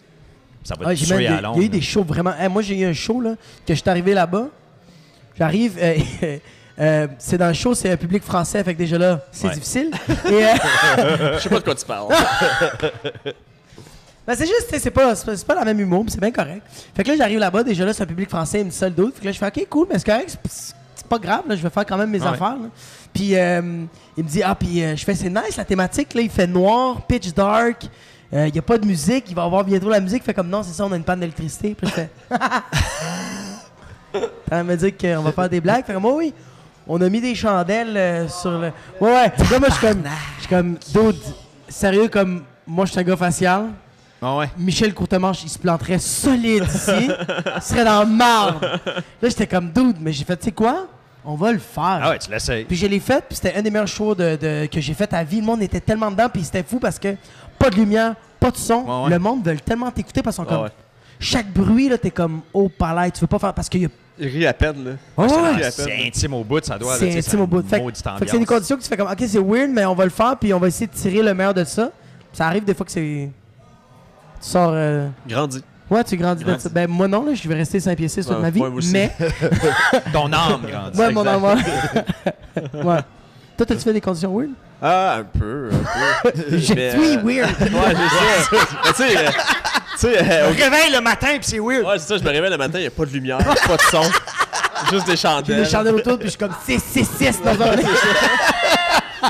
ça va
Ah,
te
j'ai même
tuer
des-
à long.
Il y a eu des shows vraiment. Hey, moi, j'ai eu un show là, que je suis arrivé là-bas. J'arrive. euh, euh, c'est dans le show, c'est un public français, fait que déjà là, c'est
Ouais.
difficile. Et, euh,
Je sais pas de quoi tu parles.
ben, c'est juste, tu sais, c'est pas, c'est pas- c'est pas la même humour, puis c'est bien correct. Fait que là, j'arrive là-bas, déjà là, c'est un public français, une seule d'autre. Fait que là, je fais, OK, cool, mais c'est correct, c'est- c'est c'est pas grave, là, je vais faire quand même mes
Ouais.
affaires. là. Puis euh, il me dit, ah, puis euh, je fais, c'est nice la thématique, là, il fait noir, pitch dark, euh, il n'y a pas de musique, il va y avoir bientôt la musique. Fait comme, non, c'est ça, on a une panne d'électricité. Puis là, je fais, T'as me dire qu'on va faire des blagues? Fait comme, oh oui, on a mis des chandelles euh, sur le. Ouais, ouais. Là, moi, je suis comme. Je suis comme. Dude, sérieux, comme. Moi, je suis un gars facial.
Ah ouais.
Michel Courtemanche, il se planterait solide ici. il serait dans le marbre. Là, j'étais comme, dude, mais j'ai fait, tu sais quoi? On va le faire.
Ah ouais, tu l'essayes.
Puis je l'ai fait, puis c'était un des meilleurs shows de, de- que j'ai fait à vie. Le monde était tellement dedans, puis c'était fou parce que pas de lumière, pas de son.
Ouais, ouais.
Le monde veut tellement t'écouter parce qu'on
Ah
comme.
ouais.
Chaque bruit, là, t'es comme, oh, palais, tu veux pas faire. Parce qu'il y a.
Il rit à peine, là.
Ouais, ouais,
Ah,
ouais.
la
c'est
peine.
intime au bout, ça doit. là, tu
C'est
sais, ça
intime
a
au bout.
une
Fait,
maudite
que- fait que c'est des
ambiance.
conditions que tu fais comme, OK, c'est weird, mais on va le faire, puis on va essayer de tirer le meilleur de ça. Ça arrive des fois que c'est. Tu sors. euh,
Grandis.
Ouais, tu grandis de
Grandis.
ça. Ben, moi, non, là, je vais rester sans pied toute
Ouais,
ma vie.
moi aussi.
mais.
Ton âme grandit.
Ouais, mon
exact.
amour. ouais. Toi, t'as-tu fait des conditions weird?
Ah, un peu, un peu.
Je
Mais,
suis
euh,
weird.
Ouais, c'est ça. Mais tu sais, euh, tu sais, euh,
On réveille le matin, puis c'est weird.
au- ouais, c'est ça, je me réveille le matin, il n'y a pas de lumière, pas de son. Juste des
J'ai
chandelles.
des chandelles autour, puis je suis comme 6-6-6 dans un.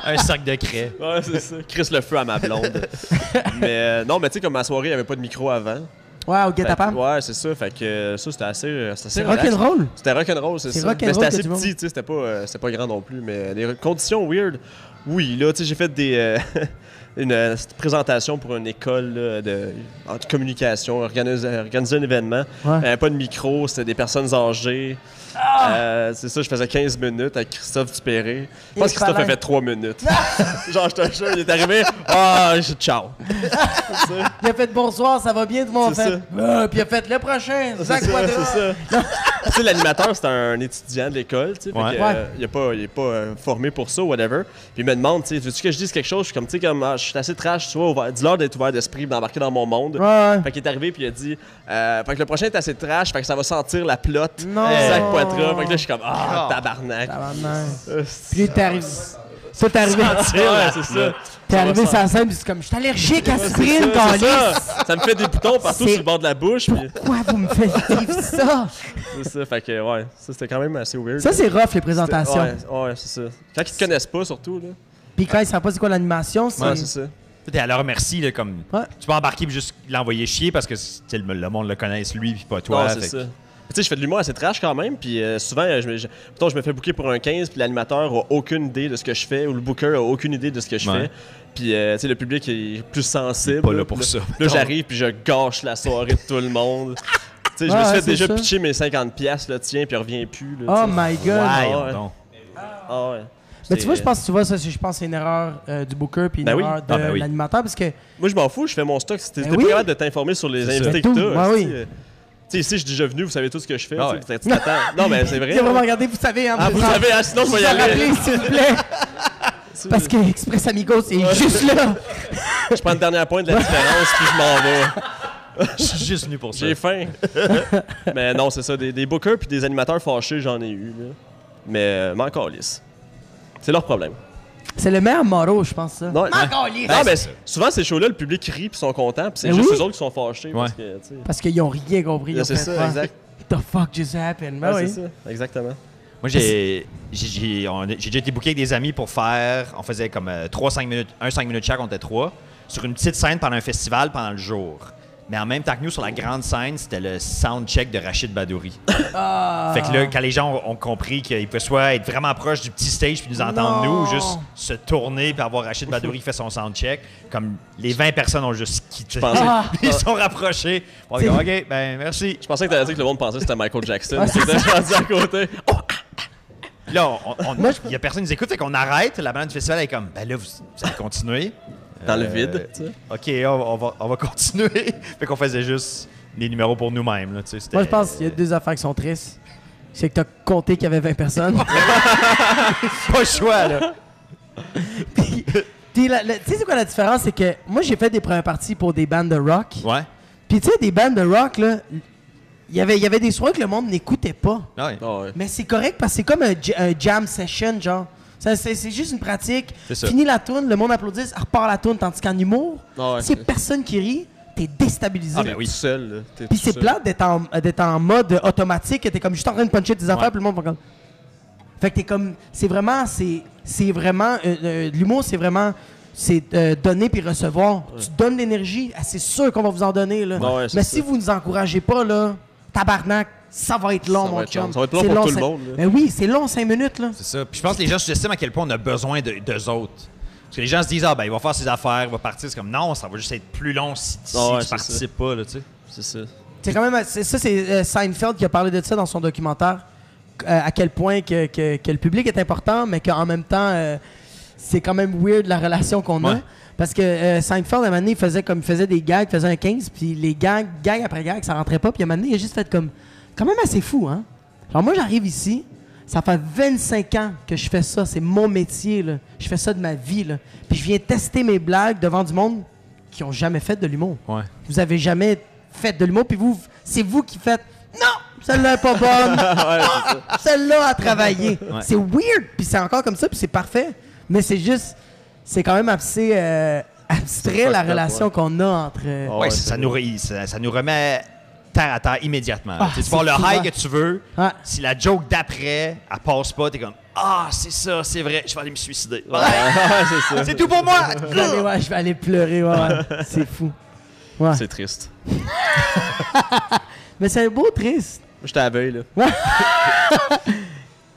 Un sac de craie.
Ouais, c'est ça. Crisse le feu à ma blonde. mais euh, non, mais tu sais, comme ma soirée, il n'y avait pas de micro avant.
Ouais, au
Fait que-
guet-apens.
Ouais, c'est ça. Fait que euh, ça, c'était assez. euh, c'était assez
C'est
relax.
rock'n'roll.
C'était rock'n'roll, c'est
C'est
ça. Mais
rock'n'roll
c'était
que
assez petit,
tu manges.
tu sais, c'était pas, euh, c'était pas grand non plus. Mais les conditions weird, oui, là, tu sais, j'ai fait des. euh, une euh, cette présentation pour une école là, de, en communication, organiser, organiser un événement.
Ouais. Ah!
Euh, pas de micro, c'était des personnes âgées. Euh, c'est ça, je faisais 15 minutes avec Christophe Dupéré. Je pense
Et
que Christophe a
Palin.
fait 3 minutes. Genre, je te jure, il est arrivé, ah, je ciao.
Il a fait bonsoir, ça va bien, tout le monde.
C'est
fait. Ah, Puis il a fait le prochain,
C'est
Zach
ça,
Quadra.
c'est ça. tu sais, l'animateur, c'est un étudiant de l'école, tu sais. fait
Ouais.
que, euh, Il n'est pas, il est pas euh, formé pour ça, whatever. Puis il me demande, tu sais, veux-tu que je dise quelque chose? Je suis comme, tu sais, comme, ah, je suis assez trash, tu vois, ouvert- dis-leur d'être ouvert d'esprit, d'embarquer dans mon monde.
Ouais, ouais.
Fait qu'il est arrivé, puis il a dit, euh, fait que le prochain est assez trash, fait que ça va sentir la plotte.
Non.
Zach Poitras. Fait que là, je suis comme,
Ah.
ah, tabarnak.
Tabarnak.
Euh,
Puis là, t'es arrivé. Ça, t'es arrivé.
ouais, c'est ça.
T'es
Ça va
arrivé
sentir-
sur la scène, puis c'est comme, je suis allergique à
C'est
Sprint,
ça, c'est
câlisse.
ça. Ça me fait des boutons partout
C'est-
sur le bord de la bouche. puis
Pourquoi vous me faites vivre ça?
C'est ça, fait que ouais, ça c'était quand même assez weird.
Ça, c'est rough, les présentations.
Ouais, ouais, c'est ça. Quand ils te connaissent pas, surtout, là.
Puis quand ils savent pas c'est quoi l'animation, c'est...
Ouais, c'est ça.
T'es à leur merci, là, comme.
Ouais.
Tu peux embarquer, puis juste l'envoyer chier parce que c'est- le, le monde le connaisse, lui, puis pas toi.
non,
fait
c'est
que-
ça. Mais Tu sais, je fais de l'humour assez trash quand même, puis euh, souvent, euh, je me, je, mettons, je me fais booker pour un 15, puis l'animateur a aucune idée de ce que je fais, ou le booker a aucune idée de ce que je
Ouais.
fais. Puis, euh, tu sais, le public est plus sensible.
pas là pour
Puis
ça,
Là,
mettons.
j'arrive, puis je gâche la soirée de tout le monde. Tu sais, je
Ouais,
me suis
ouais,
fait
c'est
déjà
ça.
pitcher mes 50 pièces là, tiens, puis reviens plus. Là,
Oh
tu sais.
my God!
Ouais,
Ah ouais.
donc.
Ah ouais.
Mais tu vois,
C'est-
je pense que tu vois ça, c'est- je pense que c'est une erreur euh, du booker puis une
Ben oui.
erreur de
Ah, ben oui.
l'animateur parce que
Moi, je m'en fous, je fais mon stock. C'était
Ben
pas
oui.
capable de t'informer sur les
C'est
invités
ça.
que
Ben tout,
t'as.
ben
hostie.
oui.
Euh, Tu sais, ici, je suis déjà venu, vous savez tout ce que je fais.
Ah
tu sais,
ouais.
peut-être que tu t'attends. Non, mais c'est vrai.
T'as vraiment regardé, vous savez, hein,
Ah, vous
en-
savez, ah, sinon, je
vous
vais y
en
aller.
rappelez, s'il vous plaît, parce que Express Amigos est juste là.
Je prends le dernier point de la différence, puis je m'en vais.
Je suis juste venu pour ça.
J'ai faim. mais non, c'est ça. Des, des bookers puis des animateurs fâchés, j'en ai eu. Là. Mais euh, m'en calisse. C'est leur problème.
C'est le meilleur motto, je pense, ça.
Non, non.
calisse.
Non, mais souvent, ces shows-là, le public rit puis sont contents, puis c'est
Ben
juste
oui.
eux autres qui sont fâchés. Parce
Ouais.
que, tu sais.
Parce qu'ils ont rien compris. ils
Là,
ont
c'est ça,
fait, ah,
exact.
The fuck just happened? Ben
Ouais,
oui.
C'est ça, exactement.
Moi, j'ai j'ai- j'ai on est- j'ai déjà été booké avec des amis pour faire. On faisait euh, comme 3-5 minutes, 1-5 minutes chaque, on était trois, sur une petite scène pendant un festival pendant le jour. Mais en même temps que nous, sur la grande scène, c'était le soundcheck de Rachid Badouri. Fait que là, quand les gens ont, ont compris qu'ils pouvaient soit être vraiment proches du petit stage puis nous entendre,
Non.
nous, ou juste se tourner puis avoir Rachid Badouri qui fait son soundcheck, comme les 20 personnes ont juste quitté.
pensais-
Ils sont rapprochés. On a dit, OK, ben merci.
Je pensais que t'allais dire que le monde pensait que c'était Michael Jackson. C'était rendu à côté. Oh,
Puis là, on- on- il y a personne qui nous écoute, fait qu'on arrête. La bande du festival est comme, ben là, vous, vous allez continuer.
Dans le
Euh,
vide, tu sais.
OK, on, on va, on va continuer. fait qu'on faisait juste des numéros pour nous-mêmes. là, tu sais, c'était-
Moi, je pense qu'il y a deux affaires qui sont tristes. C'est que t'as compté qu'il y avait 20 personnes.
Pas le choix, là.
Puis, puis la- la- tu sais, c'est quoi la différence? C'est que moi, j'ai fait des premières parties pour des bandes de rock.
Ouais.
Puis, tu sais, des bandes de rock, là, il y avait- il y avait des soirées que le monde n'écoutait pas.
Ouais.
Ah ouais.
Mais c'est correct parce que c'est comme un, j- un jam session, genre. Ça, C'est c'est juste une pratique.
C'est ça.
Fini la tourne, le monde applaudit, repart la tourne. Tandis qu'en humour,
Ah ouais.
s'il y a personne qui rit, t'es déstabilisé.
Ah,
T'es
ben oui.
tout seul. là. T'es
Puis
tout
c'est
seul.
plate d'être en, d'être en mode automatique, t'es comme juste en train de puncher tes affaires,
Ouais.
puis le monde va comme. Fait que t'es comme. C'est vraiment. C'est, c'est vraiment. euh, euh, l'humour, c'est vraiment. C'est euh, donner puis recevoir. Tu donnes de l'énergie, ah, c'est sûr qu'on va vous en donner, là.
Ouais, ouais, c'est
Mais
ça.
si vous nous encouragez pas, là, tabarnak, ça va être long,
Ça
mon
va être
chum.
long. Ça va être long
C'est
pour tout le
cinq-
monde, là.
Ben oui, c'est long, 5 minutes, là.
C'est ça. Puis je pense que les gens sous-estiment à quel point on a besoin de, d'eux autres. Parce que les gens se disent, ah ben, il va faire ses affaires, il va partir. C'est comme, non, ça va juste être plus long si, si
Ah ouais,
tu
c'est
participes pas, là, tu sais.
C'est ça.
C'est quand même c'est- ça, c'est euh, Seinfeld qui a parlé de ça dans son documentaire. euh, à quel point que, que- que le public est important, mais qu'en même temps, euh, c'est quand même weird la relation qu'on a.
Ouais.
Parce que euh, Seinfeld, à un moment donné, il faisait, comme, il faisait des gags, il faisait un 15, puis les gags, gags après gags, ça rentrait pas. Puis à un moment donné, il a juste fait comme. Quand même assez fou, hein? Alors moi, j'arrive ici, ça fait 25 ans que je fais ça, c'est mon métier, là. Je fais ça de ma vie, là. Puis je viens tester mes blagues devant du monde qui ont jamais fait de l'humour
Ouais.
vous avez jamais fait de l'humour, puis vous, c'est vous qui faites non, celle-là est pas bonne,
Ouais, c'est ça.
celle-là a travaillé.
Ouais.
C'est weird, puis c'est encore comme ça, puis c'est parfait. Mais c'est juste, c'est quand même assez euh, abstrait
fucked
la
up,
relation
ouais.
qu'on a entre. euh,
Ah
Ouais,
ouais,
ça,
c'est
ça
vrai.
nous, re- ça, ça nous remet terre à terre immédiatement.
Ah,
Tu sais, tu
c'est
pars le
souvent.
high que tu veux,
Ouais.
si la joke d'après, elle passe pas, t'es comme, ah, c'est ça, c'est vrai, je vais aller me suicider.
Ouais, c'est ça.
c'est tout pour moi!
Je, vais aller, ouais, je vais aller pleurer, ouais, ouais. c'est fou. Ouais.
C'est triste.
Mais c'est un beau triste.
Moi, J'étais à la veille, là.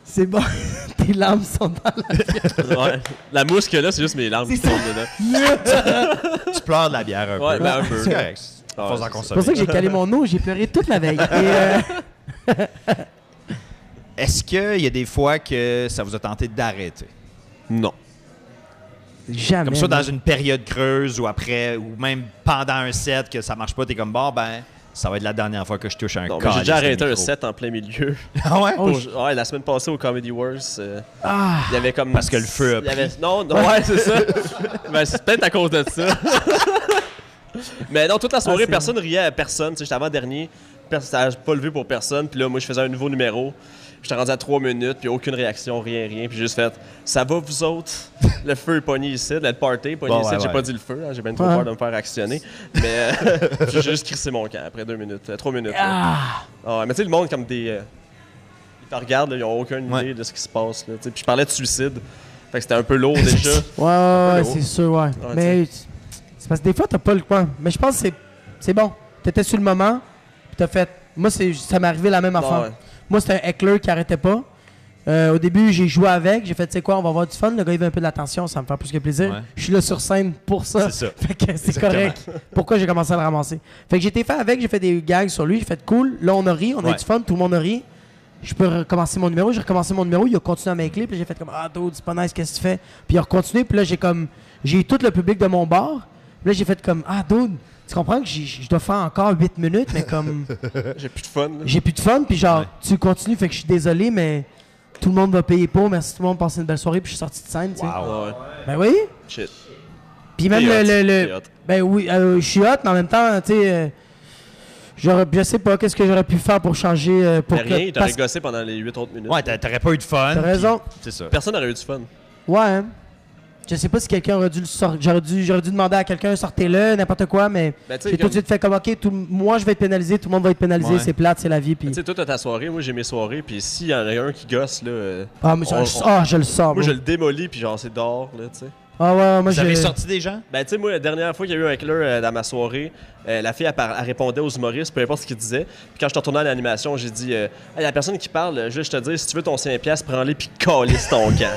C'est bon, tes larmes sont dans la
Ouais. La mousse que là, c'est juste mes larmes qui
C'est
tombent dedans.
tu pleures de la bière un
Ouais,
peu.
ben, un peu.
C'est correct.
Ouais,
Faut en
c'est ça.
C'est pour
consommer.
ça que j'ai calé mon eau, j'ai pleuré toute la veille. Et, euh,
Est-ce qu'il y a des fois que ça vous a tenté d'arrêter?
Non.
jamais.
Comme ça,
man.
dans une période creuse ou après, ou même pendant un set que ça marche pas, t'es comme bon, ben, ça va être la dernière fois que je touche un
Non, mais
câlisse
j'ai déjà
de
arrêté un
micro.
set en plein milieu.
ah ouais?
Oh,
Pour- ouais, la semaine passée au Comedy Wars, euh,
Ah.
il y avait comme.
Parce que le feu a
il y avait- Non, non, ouais, c'est ça. ben, c'est peut-être à cause de ça. Mais non, toute la soirée,
Ah, c'est
personne riait à personne. Tu sais, j'étais avant-dernier. pers- Ça n'a pas levé pour personne. Puis là, moi, je faisais un nouveau numéro. J'étais rendu à 3 minutes, puis aucune réaction, rien, rien. Puis j'ai juste fait Ça va, vous autres Le feu est pogné ici, le party est pogné
Bon,
ici.
ouais,
j'ai
ouais.
pas dit le feu, hein, j'ai bien trop
Ouais.
peur de me faire actionner. Mais euh, j'ai juste crissé mon camp après 2 minutes, 3 minutes. là.
Ah.
Ah ouais, mais tu sais, le monde, comme des. euh, ils te regardent, là, ils n'ont aucune
Ouais.
idée de ce qui se passe. Là, tu sais. puis je parlais de suicide. Fait que c'était un peu lourd déjà.
Ouais, ouais, ouais,
lourd.
c'est sûr, ouais.
Ouais,
mais c'est parce que des fois, t'as pas le coin. Mais je pense que c'est- c'est bon. T'étais sur le moment, puis t'as fait. Moi, c'est- ça m'est arrivé la
Bah
même affaire.
ouais.
Moi, c'était un heckler qui arrêtait pas. Euh, au début, j'ai joué avec. J'ai fait, tu sais quoi, on va avoir du fun. Le gars, il veut un peu de l'attention, ça me fait plus que plaisir.
Ouais.
Je suis là sur scène pour ça.
C'est ça.
Fait que c'est
Exactement.
correct. Pourquoi j'ai commencé à le ramasser? Fait que j'étais fait avec, j'ai fait des gags sur lui, j'ai fait cool. Là, on a ri, on a eu
Ouais.
du fun, tout le monde a ri. Je peux recommencer mon numéro, j'ai recommencé mon numéro, il a continué à m'écler, puis j'ai fait comme Ah, dude, c'est pas nice, qu'est-ce que tu fais? Puis il a continué, puis là, j'ai comme. J'ai eu tout le public de mon bar, puis là, j'ai fait comme Ah, dude, tu comprends que j'ai- je dois faire encore 8 minutes, mais comme.
J'ai plus de fun. là.
j'ai plus de fun, puis genre, tu continues, fait que je suis désolé, mais tout le monde va payer pour, merci tout le monde, passez une belle soirée, puis je suis sorti de scène, tu sais.
Wow.
Ah ouais.
Ben oui!
Shit.
Puis même
T'es
le,
hot.
le- le-
T'es hot.
Ben oui, euh, je suis hot, mais en même temps, tu sais. euh, j'aurais- je sais pas, qu'est-ce que j'aurais pu faire pour changer. euh, pour
Mais rien,
que,
il
parce-
t'aurait gossé pendant les 8 autres minutes.
Ouais, t'a- t'aurais pas eu de fun.
T'as
puis
raison.
C'est ça.
Personne n'aurait eu du fun.
Ouais. hein. Je sais pas si quelqu'un aurait dû le sortir. J'aurais dû, j'aurais dû demander à quelqu'un, sortez-le, n'importe quoi, mais
Ben, tu sais,
j'ai tout
comme-
de suite fait comme, OK, tout, moi je vais être pénalisé, tout le monde va être pénalisé,
Ouais.
c'est plate, c'est la vie. Puis...
Ben, Tu sais, toi, t'as ta soirée, moi, j'ai mes soirées. Puis s'il y en a un qui gosse, là. euh,
Ah, mais ça,
on-
je,
on-
ah, je le sors.
Moi,
bro.
je le démolis, puis genre, c'est dehors, là, tu sais.
Ah ouais, moi
Vous avez
j'ai.
sorti des gens?
Ben, tu sais, moi, la dernière fois qu'il y a eu un heckler euh, dans ma soirée, euh, la fille, elle, par- elle répondait aux humoristes, peu importe ce qu'ils disaient. Puis quand je suis retourné à l'animation, j'ai dit euh, Hey, la personne qui parle, euh, juste je te dis, si tu veux ton 5$, prends-les, puis calisse ton camp.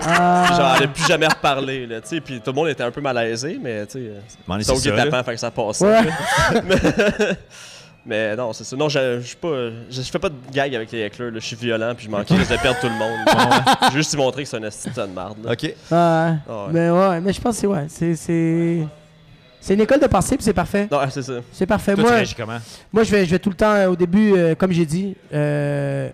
Puis genre, elle n'a plus jamais reparlé, là, tu sais. Puis tout le monde était un peu malaisé, mais tu sais, euh,
Bon, c'est
c'était au
ça,
guet-apens, fait que ça passait.
Ouais.
Mais- Mais non, c'est ça. Non, je je suis pas- je- je fais pas de gag avec les hecklers. là. Je suis violent, puis je m'en crisse de perdre tout le monde. Je veux juste lui montrer que c'est un esti de tonne de marde. là.
OK.
Ah, ouais.
Ah ouais.
Mais ouais, mais je pense que c'est- ouais, c'est c'est c'est une école de pensée, puis c'est parfait.
Non, ah, c'est ça.
C'est parfait.
Toi, tu
moi,
réagis comment?
moi je vais je vais tout le temps euh, au début euh, comme j'ai dit euh,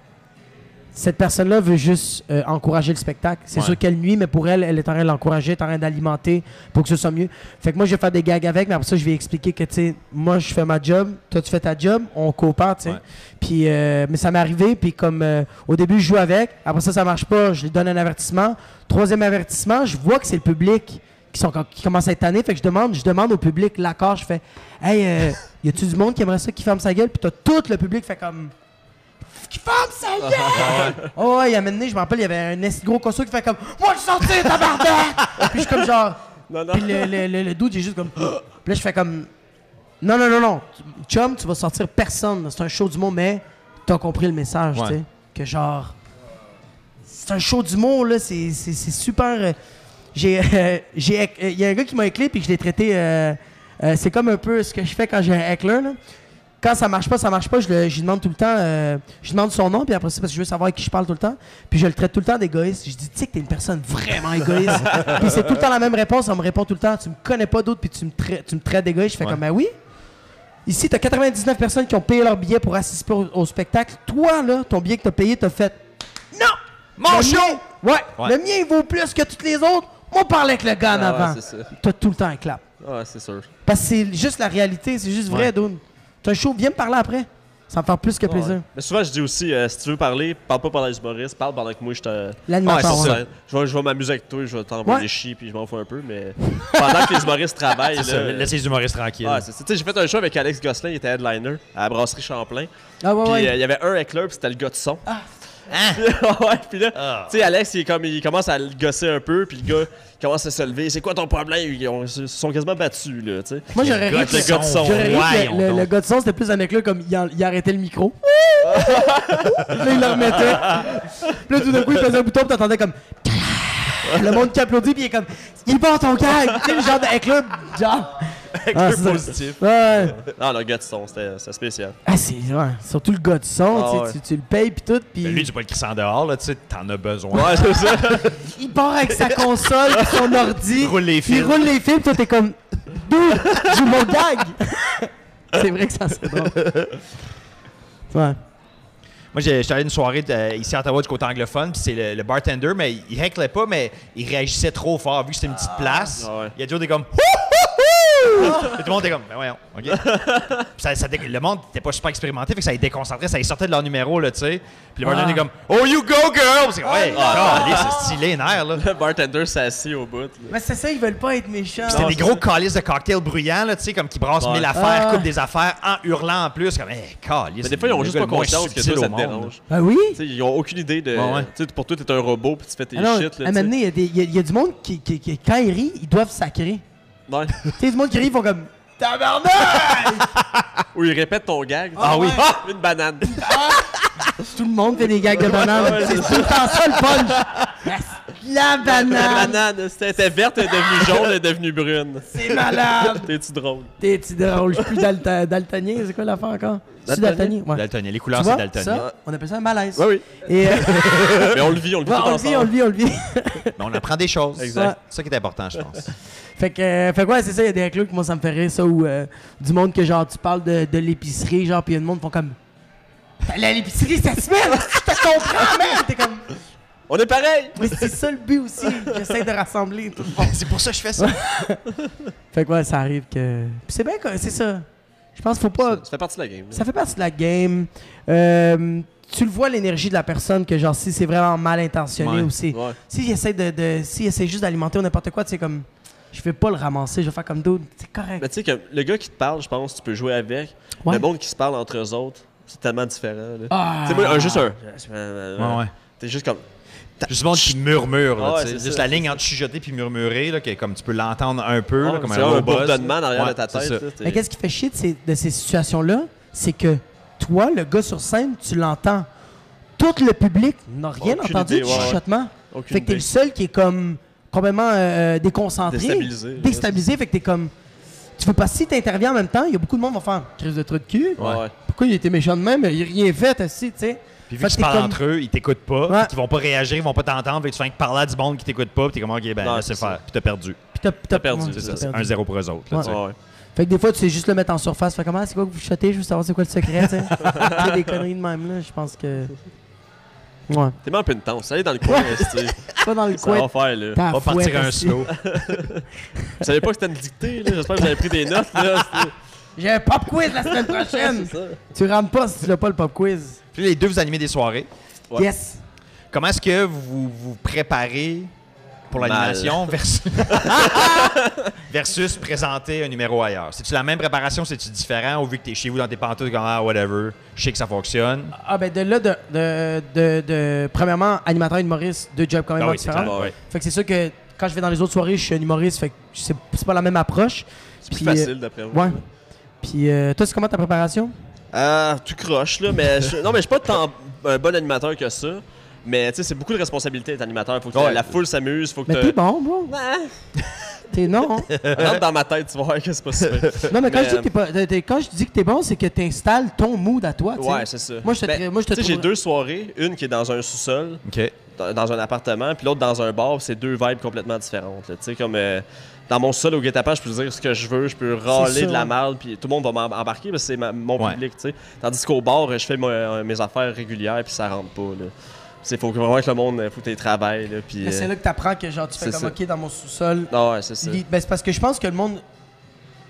cette personne-là veut juste euh, encourager le spectacle. C'est
Ouais.
sûr qu'elle nuit, mais pour elle, elle est en train de l'encourager, elle est en train d'alimenter pour que ce soit mieux. Fait que moi, je vais faire des gags avec, mais après ça, je vais expliquer que, tu sais, moi, je fais ma job, toi, tu fais ta job, on coopère, tu sais.
Ouais.
Puis, euh, mais ça m'est arrivé, puis comme euh, au début, je joue avec, après ça, ça marche pas, je lui donne un avertissement. Troisième avertissement, je vois que c'est le public qui, sont, qui commence à être tanné, fait que je demande, je demande au public l'accord, je fais, hey, euh, y a-tu du monde qui aimerait ça qui ferme sa gueule, puis t'as tout le public fait comme. Qui ferme sa gueule! Oh, ouais, il y a un moment donné, je me rappelle, il y avait un esti gros costaud qui fait comme Moi, je suis sorti, tabarnak! puis je suis comme genre.
Non, non.
Puis le, le, le, le dude, il est juste comme. Puis là, je fais comme. Non, non, non, non. Chum, tu vas sortir personne. C'est un show du mot, mais t'as compris le message,
Ouais.
tu sais. Que genre. C'est un show du mot, là. C'est c'est- c'est super. euh, J'ai. euh, j'ai hack- euh, Il y a un gars qui m'a éclé, puis je l'ai traité. euh, euh, c'est comme un peu ce que je fais quand j'ai un heckler, là quand ça marche pas, ça marche pas, je, le- je lui demande tout le temps, euh, je lui demande son nom, puis après ça, parce que je veux savoir avec qui je parle tout le temps, puis je le traite tout le temps d'égoïste. Je dis, tu sais que t'es une personne vraiment égoïste. puis c'est tout le temps la même réponse, on me répond tout le temps, tu me connais pas d'autre, puis tu me, trai- tu me traites d'égoïste. Je fais
Ouais.
comme, ben oui. Ici, t'as 99 personnes qui ont payé leur billet pour assister au, au spectacle. Toi, là, ton billet que t'as payé, t'as fait, non!
Mon
Le
show!
mien- Ouais,
Ouais.
le mien, il vaut plus que toutes les autres. Moi, on parlait avec le gars en
Ah ouais,
avant.
c'est ça.
t'as tout le temps un clap.
Ouais, Ah, c'est sûr.
Parce que c'est juste la réalité, c'est juste vrai,
Ouais.
Dune. T'as un show, viens me parler après. Ça me fait plus que plaisir.
Ouais. Mais souvent, je dis aussi, euh, si tu veux parler, parle pas pendant les humoristes, parle pendant que moi je te.
L'animateur.
Ouais, c'est
ouais.
ça.
Je vais, je vais m'amuser avec toi, je vais t'envoyer
Ouais.
des chis, puis je m'en fous un peu, mais pendant que les humoristes travaillent.
Ça,
là,
Laissez les humoristes tranquilles.
ouais, Ah, c'est ça. Tu sais, j'ai fait un show avec Alex Gosselin, il était headliner à la brasserie Champlain.
Ah ouais,
Puis euh, il
ouais. Ah.
y avait un heckler, puis c'était le gars de son.
Hein?
Puis, ouais, puis là,
Ah.
tu sais, Alex, il, est comme, il commence à le gosser un peu, puis le gars commence à se lever. C'est quoi ton problème? Ils, ont- ils se sont quasiment battus, là, tu sais.
Moi, j'aurais
Le
ri
gars
que
de son,
j'aurais ri que
voyons
le, le
donc.
gars de son, c'était plus un éclat comme il, en- il arrêtait le micro. là, il le remettait. Puis là, tout d'un coup, il faisait un bouton, puis t'entendais comme. Le monde qui applaudit, puis il est comme. Il est bon ton gag! Tu sais, le genre de club, genre. Ah, c'est ça.
positif.
Ouais.
Non, le gars de son, c'était c'était spécial.
Ah, c'est. Ouais. Surtout le gars de son,
Ah,
tu sais,
ouais.
tu, tu le payes, puis tout. Puis
Ben, Lui, tu peux le crisser en dehors, là, tu sais, t'en as besoin.
Ouais, c'est ça.
il part avec sa console, puis son ordi.
Il roule les
Puis il
fils.
roule les films, toi t'es comme Dude, j'ai mon gag! c'est vrai que ça serait drôle. Ouais.
Moi, j'ai- j'étais allé à une soirée de- euh, ici à Ottawa du côté anglophone, puis c'est le, le bartender, mais il hecklait pas, mais il réagissait trop fort, vu que c'était une petite place.
Ah ouais.
Il y a toujours des comme. Hou, hou, hou! Et tout le monde était comme, ben voyons, OK. Puis ça- ça dé- le monde n'était pas super expérimenté, fait que ça les déconcentrait, ça les sortait de leur numéro, là, tu sais. Puis le bartender
Ah.
était comme, oh, you go, girl! C'est comme, ouais,
Ah,
calé, c'est stylé, nerf, là.
Le bartender s'assit au bout. là.
Mais c'est ça, ils veulent pas être méchants.
C'était
Non,
des
c'est
gros
ça.
calices de cocktails bruyants, là, tu sais, comme qui brassent
Ouais.
mille affaires,
Ah.
coupent des affaires en hurlant en plus. Comme, hey, calice.
Mais des fois, ils ont
le
juste
gars
pas
le moins
conscience que
subtil
toi,
au
ça te
monde.
dérange.
Ah oui?
Tu sais, ils ont aucune idée de.
Ouais, ouais.
tu sais, Pour toi, t'es un robot puis tu fais tes
Alors,
shit.
Ah à
Là,
un moment
tu
donné, il y a des- il y, a- il y a du monde qui, qui- qui- quand ils rient, ils doivent sacrer.
sais. Ouais.
Tu sais, du monde qui rit, ils font comme Tabarnak!
Ou ils répètent ton gag.
Ah oui.
Ah, une banane.
Tout le monde fait des gags de banane. c'est tout le temps ça le punch!
La
La banane!
banane, c'était était verte, elle est devenue jaune, elle est devenue brune.
C'est malade!
T'es-tu drôle?
T'es t'es drôle, je suis plus dalta- daltonien, c'est quoi l'affaire encore? Je suis daltonien?
Daltonien?
Ouais.
Daltonien. Les
Tu
couleurs,
Ah,
c'est
vois,
daltonien.
ça, on appelle ça un malaise.
oui.
Et, euh,
Mais on le vit, on le vit
Ouais,
tout
on le
ensemble.
vit, on le vit, on le vit.
Mais on apprend des choses.
Exact.
Ouais. C'est ça qui est important, je pense.
fait que, euh, fait que ouais, c'est ça, il y a des reclus que moi ça me fait rire, ça, où euh, du monde que genre tu parles de, de l'épicerie, genre, pis y a du monde qui font comme. Allez à l'épicerie cette semaine! Je te comprends, man! T'es comme.
On est pareil!
Mais c'est ça le but aussi, j'essaie de rassembler tout le monde.
c'est pour ça que je fais ça.
Fait que ouais, ça arrive que. Pis c'est bien, quoi, c'est ça. Je pense qu'il faut pas.
Ça fait partie de la game. là.
Ça fait partie de la game. Euh, tu le vois l'énergie de la personne que genre si c'est vraiment mal intentionné
Ouais,
ou si
ouais.
s'il essaie de, de s'il essaie juste d'alimenter ou n'importe quoi, c'est comme je vais pas le ramasser, je vais faire comme d'autres, c'est correct.
Mais tu sais, que le gars qui te parle, je pense, tu peux jouer avec.
Ouais.
Le monde qui se parle entre eux autres, c'est tellement différent. là.
Ah.
Tu sais, moi, un- juste un.
Ouais, ouais.
T'es juste comme.
Juste le monde qui murmure, là,
Ah ouais,
tu sais.
c'est
juste
ça,
la ligne entre chuchoter puis murmurer, là, qui est comme tu peux l'entendre un peu, là,
Ouais,
comme
c'est
un
un
robot.
bourdonnement derrière
Ouais,
de ta
c'est
tête.
ça.
là, t'es-
Mais qu'est-ce qui fait chier de ces, de ces situations-là, c'est que toi, le gars sur scène, tu l'entends. Tout le public n'a rien
Aucune
entendu
idée,
du
ouais, ouais.
chuchotement.
Aucune
Fait que t'es le
idée.
seul qui est comme complètement euh, déconcentré.
Déstabilisé, ouais,
Déstabilisé, fait que t'es comme... Tu veux pas, si t'interviens en même temps, il y a beaucoup de monde qui vont faire « Crise de truc de cul
Ouais, ouais.
Pourquoi il était méchant de même? Il a rien fait, aussi, tu sais. »
Puis vu
Fait
qu'ils se
que t'es
parlent
comme-
entre eux, ils t'écoutent pas,
Ouais.
ils vont pas réagir, ils vont pas t'entendre, fait que tu fais que parler à du monde qui t'écoute pas, puis t'es comme, OK, ben,
Non,
laissez
c'est ça.
faire, puis t'as perdu.
Puis t'as- t'as-
perdu,
ouais,
c'est
t'as
ça, c'est
Un
perdu.
zéro pour eux autres. là,
Ouais.
tu sais.
Ouais, ouais.
Fait que des fois, tu sais juste le mettre en surface. Fait comment, c'est quoi que vous chutez? Je veux savoir c'est quoi le secret, tu sais. Tu sais, des conneries de même, là. Je pense que. Ouais.
T'es même un peu une tente. Allez dans le coin, restez.
Pas dans le
Ça
coin.
va faire, là.
On va partir un slow.
Vous savez pas que c'était une dictée, là. J'espère que vous avez pris des notes, là.
J'ai un pop quiz la semaine prochaine. tu rentres pas si tu n'as pas le pop quiz.
Puis les deux, vous animez des soirées.
Ouais.
Yes.
Comment est-ce que vous vous préparez pour
Mal.
l'animation versus... versus présenter un numéro ailleurs? C'est-tu la même préparation, c'est-tu différent, ou vu que t'es chez vous dans tes pantoufles, comme, ah, whatever, je sais que ça fonctionne.
Ah, ben de là, de, de, de, de- premièrement, animateur et humoriste, deux jobs quand même
Ah oui, c'est
différents.
clair.
Ouais.
Fait que c'est sûr que quand je vais dans les autres soirées, je suis un humoriste. Fait que c'est c'est pas la même approche.
C'est plus
Puis, euh,
facile, d'après vous.
Ouais. Puis euh, toi, c'est comment ta préparation?
Ah, tu croches, là, mais je, non, mais je suis pas tant un bon animateur que ça. Mais tu sais, c'est beaucoup de responsabilité d'être animateur. Faut que
Ouais.
la foule s'amuse, faut que
Mais t'es
tu
bon, bro. T'es non. hein?
rentre dans ma tête, tu vas voir que c'est possible.
Non, mais quand,
Mais,
je dis que t'es pas, t'es- t'es- quand je dis que t'es bon, c'est que t'installes ton mood à toi. tu sais.
ouais, c'est ça.
Moi, je te
Ben,
tra- moi, je te
Tu sais, j'ai
trouverais-
deux soirées, une qui est dans un sous-sol,
OK.
dans, dans un appartement, puis l'autre dans un bar. C'est deux vibes complètement différentes. là. Tu sais, comme euh, dans mon sous-sol au guet-apens, je peux dire ce que je veux, je peux râler
ça.
de la merde, puis tout le monde va m'embarquer parce que c'est ma- mon
Ouais.
public. Tu sais, tandis qu'au bar, je fais mon- mes affaires régulières, puis ça rentre pas. Là. C'est faut que- vraiment que le monde euh, foute tes travails. Là, puis,
Mais Ben, c'est
euh,
là que t'apprends que genre tu fais
c'est
comme
ça.
ok dans mon sous-sol.
Non, ouais, c'est ça.
Il- ben, c'est parce que je pense que le monde.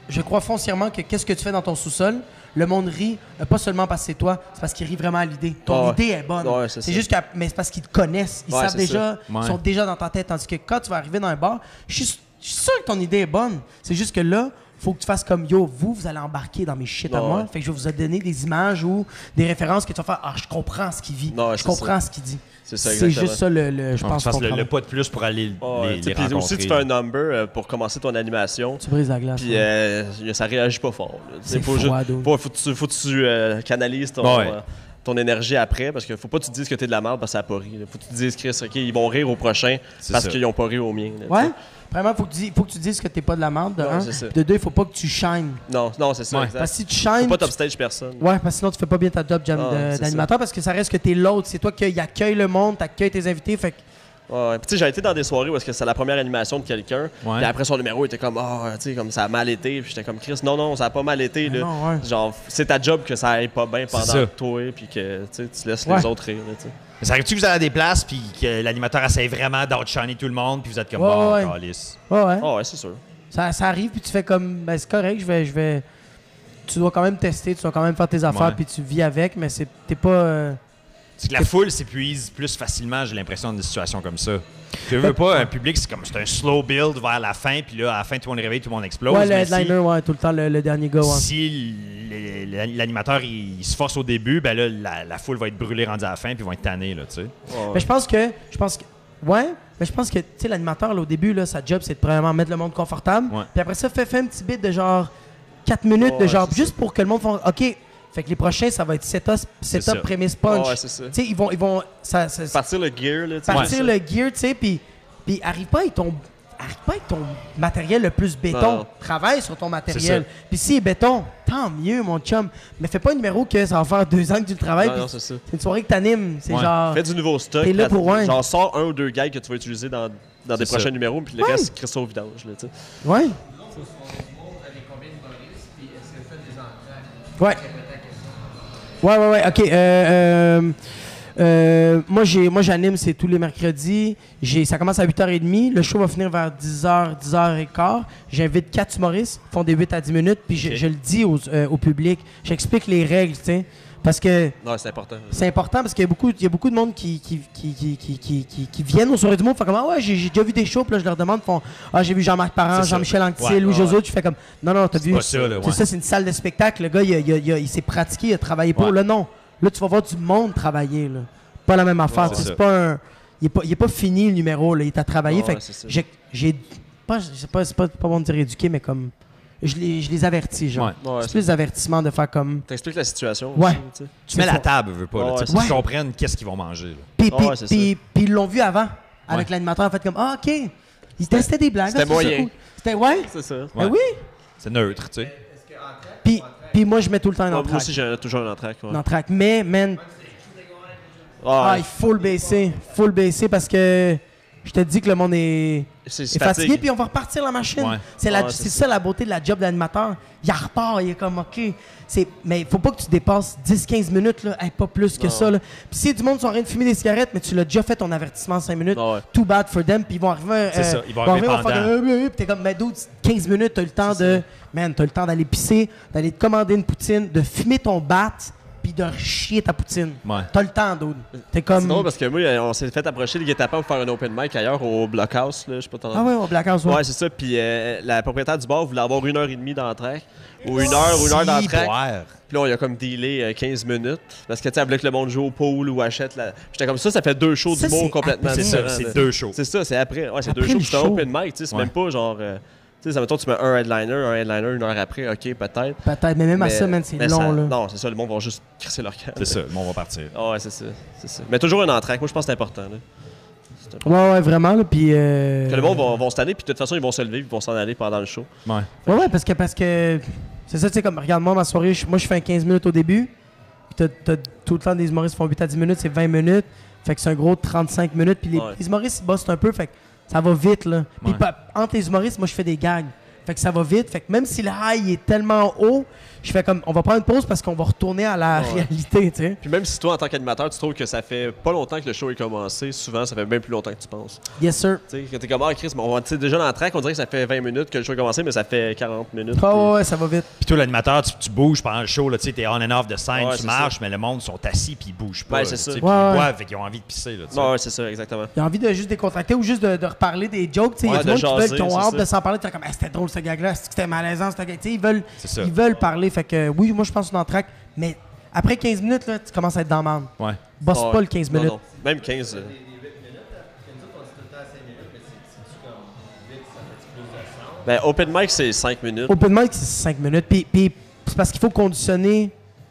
Je crois foncièrement que qu'est-ce que tu fais dans ton sous-sol, le monde rit, euh, pas seulement parce que c'est toi, c'est parce qu'il rit vraiment à l'idée. Ton
Ouais.
idée est bonne.
Ouais, c'est
c'est
ça.
juste qu'à- mais c'est parce qu'ils te connaissent. Ils
Ouais,
savent
c'est
déjà,
ça.
ils
Ouais.
sont déjà dans ta tête. Tandis que quand tu vas arriver dans un bar, je suis s- je suis sûr que ton idée est bonne. C'est juste que là, faut que tu fasses comme yo, vous, vous allez embarquer dans mes shit à
Ouais,
moi.
ouais.
Fait que je vais vous donner des images ou des références que tu vas faire. Ah, je comprends ce qu'il vit.
Ouais, ouais,
je
c'est ça.
comprends ce qu'il dit.
C'est ça,
C'est
exactement.
juste ça le, le- je
Je pense
pense.
que tu fasses
qu'on
le, le
travaille.
pas de plus pour aller les,
Ah Ouais,
les
tu sais, puis
rencontrer.
aussi, tu fais un number euh, pour commencer ton animation.
Tu brises la glace.
Puis
ouais.
euh, y a- ça réagit pas fort. là. Tu sais,
C'est
faut,
froid,
juste-
dude.
faut, faut que tu, faut que tu, euh, canalises ton,
Ouais.
euh, ton énergie après parce que faut pas que tu te dises que t'es de la merde parce que ça a pas ri. là. Faut que tu te dises, Chris, ok, ils vont rire au prochain
C'est
parce
ça.
qu'ils ont pas ri au mien. là, tu
Ouais.
sais.
Vraiment, faut que tu dis- faut que tu dises que t'es pas de la merde, de
Ouais,
un.
c'est ça.
Puis De deux, faut pas que tu shines.
Non, non c'est ça.
Ouais.
exact.
Parce que si tu
Faut
shines.
pas
tu-
t'upstage personne.
Ouais, parce que sinon tu fais pas bien ta job jam-
Ah,
de-
c'est
d'animateur parce que ça reste que t'es l'autre. C'est toi qui accueille le monde, t'accueilles tes invités. Fait que
Ouais, Puis tu sais, j'ai été dans des soirées où est-ce que c'est la première animation de quelqu'un.
Ouais.
Puis après son numéro, il était comme ah, tu sais, comme ça a mal été. Puis j'étais comme Chris, non non, ça a pas mal été là.
non, ouais.
Genre c'est ta job que ça aille pas bien
ça.
pendant toi puis que tu sais, tu laisses
Ouais.
les autres rire. là, tu sais.
Mais ça arrive-tu que vous allez à des places, puis que l'animateur essaie vraiment d'outshiner tout le monde, puis vous êtes comme,
Ouais,
bon,
ouais.
calice.
ouais, ouais.
Ah ouais, c'est sûr.
Ça, ça arrive, puis tu fais comme. Ben, c'est correct, je vais, je vais. Tu dois quand même tester, tu dois quand même faire tes affaires,
Ouais.
puis tu vis avec, mais c'est t'es pas. euh,
C'est que la foule s'épuise plus facilement, j'ai l'impression, dans des situations comme ça. Je veux pas, un public, c'est comme c'est un slow build vers la fin, puis là, à la fin, tout le monde réveille, tout le monde explose.
ouais, le
Ben mais si-
headliner, ouais, tout le temps, le, le dernier gars. ouais.
si l- l- l'animateur il, il se force au début, ben là, la, la foule va être brûlée rendue à la fin, puis ils vont être tannés, là, tu sais.
Ouais,
Mais je pense que. Je pense que. Ouais, mais je pense que, tu sais, l'animateur, là, au début, là, sa job, c'est de premièrement mettre le monde confortable.
Ouais.
Puis après ça, fait, fait un petit bit de genre 4 minutes, de
Ouais,
genre,
c'est
juste pour que le monde fasse OK. Fait que les prochains, ça va être setup,
ça.
setup prémisse punch.
Ouais, c'est ça.
Tu sais, ils vont. Ils vont ça, ça-
Partir le gear, là, tu sais,
partir
c'est
le gear, tu sais, puis, puis arrive pas avec ton. Arrive pas avec ton matériel le plus béton.
Non.
Travaille sur
C'est
ton
ça.
matériel. Puis s'il est béton, tant mieux, mon chum. Mais fais pas un numéro que ça va faire deux ans que tu le travailles.
Non,
puis
non, c'est ça.
c'est une soirée que t'animes. C'est
Ouais.
ça.
genre.
Fais du nouveau stock.
T'es là
la-
pour un.
Genre, sors un ou deux gags que tu vas utiliser dans, dans des
C'est
prochains
ça.
numéros, puis le
Ouais.
reste, crisse ça au vidange, là, tu sais.
Ouais. Ouais. Ouais, ouais, ouais. OK. euh, euh, euh, moi, j'ai, moi, j'anime, c'est tous les mercredis. J'ai, ça commence à 8h30. Le show va finir vers 10h, 10h15. J'invite quatre humoristes, font des 8 à 10 minutes, puis je,
Ok.
je le dis aux- euh, au public. J'explique les règles, tu sais. Parce que
Non, c'est important.
c'est important parce qu'il y a beaucoup, il y a beaucoup de monde qui, qui, qui, qui, qui, qui, qui- qui viennent au soirée du monde. Fait comme, ah ouais, j'ai j'ai déjà vu des shows. Puis là, je leur demande, font, ah, j'ai vu Jean-Marc Parent,
C'est ça.
Jean-Michel Anctil,
Ouais,
Louis
ouais,
José. Tu fais comme, non, non, t'as vu.
pas ça, là, ouais.
C'est ça, c'est une salle de spectacle. Le gars, il, a- il a- il a- il s'est pratiqué, il a travaillé pour.
Ouais.
Là, non. Là, tu vas voir du monde travailler. Là. Pas la même affaire.
c'est
tu sais,
ça.
c'est pas un. il est pas, il est pas fini le numéro, là, il est à travailler.
Ouais,
fait
ouais,
que
c'est ça.
j'ai- j'ai. Pas, c'est pas, c'est pas, pas bon de dire éduquer, mais comme. Je les, je les avertis, genre.
Ouais.
Ouais,
c'est plus des avertissements de faire comme.
T'expliques la situation.
Ouais.
aussi, tu sais.
Tu mets
C'est
la
ça.
table, veux pas, là,
Ouais,
tu sais,
c'est
pour
ça.
qu'ils comprennent qu'est-ce qu'ils vont manger. là.
Puis,
Ah
puis-
ouais, c'est
puis- puis ils l'ont vu avant, avec l'animateur. En fait, comme, ah, OK. Ils testaient des blagues.
C'était
Ah, c'est- c'est
moyen.
cool. C'était, ouais.
C'est ça.
Ben
Ouais.
oui.
C'est neutre, tu sais.
Puis, puis moi, je mets tout le temps un
Ouais, moi
entraque.
aussi, j'ai toujours un entraque. Ouais.
Un entraque. Mais, man,
Ah,
ah, il faut le baisser. faut le baisser parce que je te dis que le monde est,
c'est
est
c'est
fatigué.
fatigué.
Puis on va repartir la machine.
Ouais.
C'est la-
Ouais, c'est
c'est ça la beauté de la job d'animateur. Il repart, il est comme, OK. c'est- Mais il faut pas que tu dépasses 10-15 minutes, là. Hey, pas plus que ça. là. Puis si du monde sont en train de fumer des cigarettes, mais tu l'as déjà fait ton avertissement 5 minutes,
Ouais.
too bad for them. Puis ils vont arriver. euh,
C'est ça, ils vont arriver
on va faire
pendant.
comme, Euh, euh, euh, puis t'es comme, mais d'autres, 15 minutes, t'as le temps de. Man, t'as le temps d'aller pisser, d'aller te commander une poutine, de fumer ton bat, puis de chier ta poutine.
Ouais.
T'as le temps, d'autres. T'es comme.
C'est drôle parce que moi, on s'est fait approcher le guet-apens pour faire un open mic ailleurs au Blockhouse. Là, je sais pas t'en
Ah ouais, au Blackhouse, ouais.
Ouais, c'est ça. Puis euh, la propriétaire du bar voulait avoir une heure et demie d'entraque. Ou
Oh,
une heure, ou une heure
Si,
d'entraque.
boire.
Puis là, on y a comme dealé euh, 15 minutes. Parce que, tu sais, elle voulait que le monde joue au pool ou achète la. J'étais comme ça, ça fait deux shows
Ça,
d'humour
c'est
complètement
après.
C'est ça,
différents,
c'est
là.
deux shows.
C'est ça, c'est après. Ouais, c'est
Après
deux shows.
le
puis C'est un
show.
open mic, tu sais. C'est
Ouais.
même pas genre. euh, tu sais, ça mettons, tu mets un headliner, un headliner une heure après, ok, peut-être.
Peut-être, mais même à
Mais-
ça, man, c'est
mais
long,
ça-
là.
Non, c'est ça, le monde va juste crisser leur camp.
C'est ça, le monde va partir.
Ah ouais, c'est ça, c'est ça. Mais toujours un entraque, moi je pense que c'est important. Là.
Ouais, ouais, vraiment, là. Puis. euh,
Que le monde va, va se tanner, puis de toute façon, ils vont se lever, puis ils vont s'en aller pendant le show.
Ouais.
Ouais, ouais, parce que. Parce que c'est ça, tu sais, comme, regarde-moi ma soirée, je- moi, je fais un 15 minutes au début. Puis t'as, t'as tout le temps des humoristes qui font 8 à 10 minutes, c'est 20 minutes. Fait que c'est un gros 35 minutes. Puis les,
Ouais.
les humoristes, ils bossent un peu, fait que ça va vite, là. Puis
Ouais.
pa- entre les humoristes, moi, je fais des gags. Fait que ça va vite. Fait que même si le high est tellement haut, je fais comme, on va prendre une pause parce qu'on va retourner à la
Ouais.
réalité, tu sais.
Puis même si toi, en tant qu'animateur, tu trouves que ça fait pas longtemps que le show est commencé, souvent, ça fait bien plus longtemps que tu penses.
Yes, sir.
Tu sais, que t'es comme, ah, Chris, mais on va tu sais, déjà dans la track, on dirait que ça fait 20 minutes que le show est commencé, mais ça fait 40 minutes.
Ah
puis-
ouais, ouais, ça va vite.
Puis toi, l'animateur, tu, tu bouges pendant le show, là, tu sais, t'es on and off de scène,
Ouais,
tu
c'est
marches, mais le monde sont assis puis ils bougent pas.
Ouais,
là,
c'est
tu
ça.
sais, puis
Ouais,
ils
ouais.
boivent, fait qu'ils ont envie de pisser, là, tu sais.
Ouais, ouais, c'est ça, exactement.
Il a envie de juste décontracter ou juste de, de reparler des jokes. tu sais. Il y
Ouais,
a du
de
monde qui,
jaser,
veulent, qui ont
c'est
hâte
ça.
de s'en parler. Tu sais, comme, Ah, c'était drôle ce gag-là, c'est que c'était malaisant ce gag-là. Tu sais, Ils veulent,
C'est ça.
ils veulent parler. Fait que oui, moi je pense qu'on en traque. Mais après 15 minutes, là, tu commences à être dans le marde.
Ouais.
Bosse
Ah ouais.
pas le 15
Non,
minutes.
non. Même 15. euh, Ben, open mic, c'est 5 minutes.
Open mic, c'est 5 minutes. Puis, puis c'est parce qu'il faut conditionner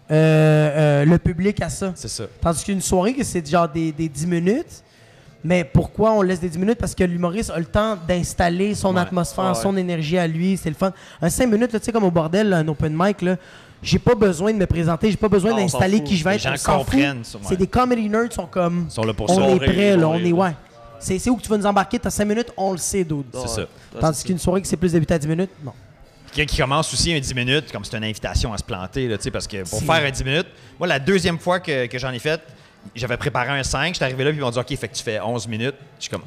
euh, euh, le public à ça.
C'est ça.
Tandis qu'une soirée, que c'est genre des, des 10 minutes. Mais pourquoi on laisse des 10 minutes? Parce que l'humoriste a le temps d'installer son
Ouais.
atmosphère,
Ouais.
son énergie à lui. C'est le fun. Un 5 minutes, là, tu sais, comme au bordel, là, un open mic, là, j'ai pas besoin de me présenter, j'ai pas besoin
Non, on s'en
d'installer
fout.
qui je vais
Les
être.
gens
on s'en fout.
comprennent, sûrement.
C'est des comedy nerds sont comme.
Ils sont là pour ça.
on est
rire,
prêt,
ils
là,
vont
on est
rire.
ouais. C'est c'est où que tu vas nous embarquer, t'as 5 minutes, on le sait, dude.
Ah
C'est ça.
Tandis qu'une soirée qui c'est plus début à 10 minutes, non.
Quelqu'un qui commence aussi un 10 minutes, comme c'est une invitation à se planter, là, tu sais, parce que pour
Si.
faire un 10 minutes, moi, la deuxième fois que, que j'en ai fait, j'avais préparé un 5, j'étais arrivé là, puis ils m'ont dit, OK, fait que tu fais 11 minutes. Je suis comme,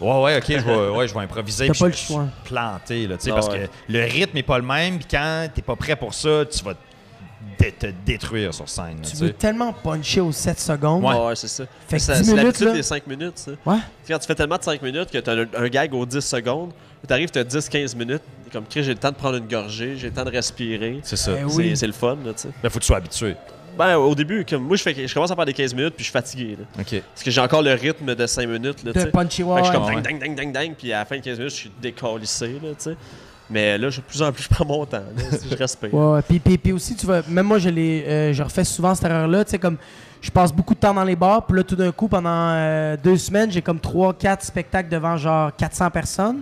ouais, ouais, OK, je vais, ouais, je vais improviser.
T'as
Puis
pas
je
le
me suis
choix.
Planté, là, tu sais,
Ah
parce
ouais.
que le rythme est pas le même, puis quand t'es pas prêt pour ça, tu vas te, dé- te détruire sur scène. là,
Tu
tu
veux
sais.
tellement puncher aux 7 secondes.
Ouais, ouais, c'est ça.
Fait que
Ça,
10
c'est
minutes,
l'habitude
là.
des 5 minutes, ça.
Ouais.
Quand tu fais tellement de 5 minutes que tu as un, un gag aux 10 secondes, tu arrives, tu as 10-15 minutes, t'es comme Chris, j'ai le temps de prendre une gorgée, j'ai le temps de respirer.
C'est ça.
Eh
C'est
oui.
c'est le fun, là, tu sais.
Là, faut que tu sois habitué.
Ben, au début, comme moi, je, fais, je commence à faire des 15 minutes, puis je suis fatigué, là.
OK.
Parce que j'ai encore le rythme de 5 minutes, là, tu
De
sais.
puncher,
Fait
ouais.
que je suis
ouais.
comme
ouais.
ding, ding, ding, ding, ding, puis à la fin de 15 minutes, je suis décalissé, là, tu sais. Mais là, je- de plus en plus, je prends mon temps, là, tu sais, je respecte.
Ouais, ouais. Puis, puis, puis aussi, tu vas, même moi, je, l'ai, euh, je refais souvent cette erreur-là. Tu sais, comme je passe beaucoup de temps dans les bars, puis là, tout d'un coup, pendant euh, deux semaines, j'ai comme trois, quatre spectacles devant genre 400 personnes.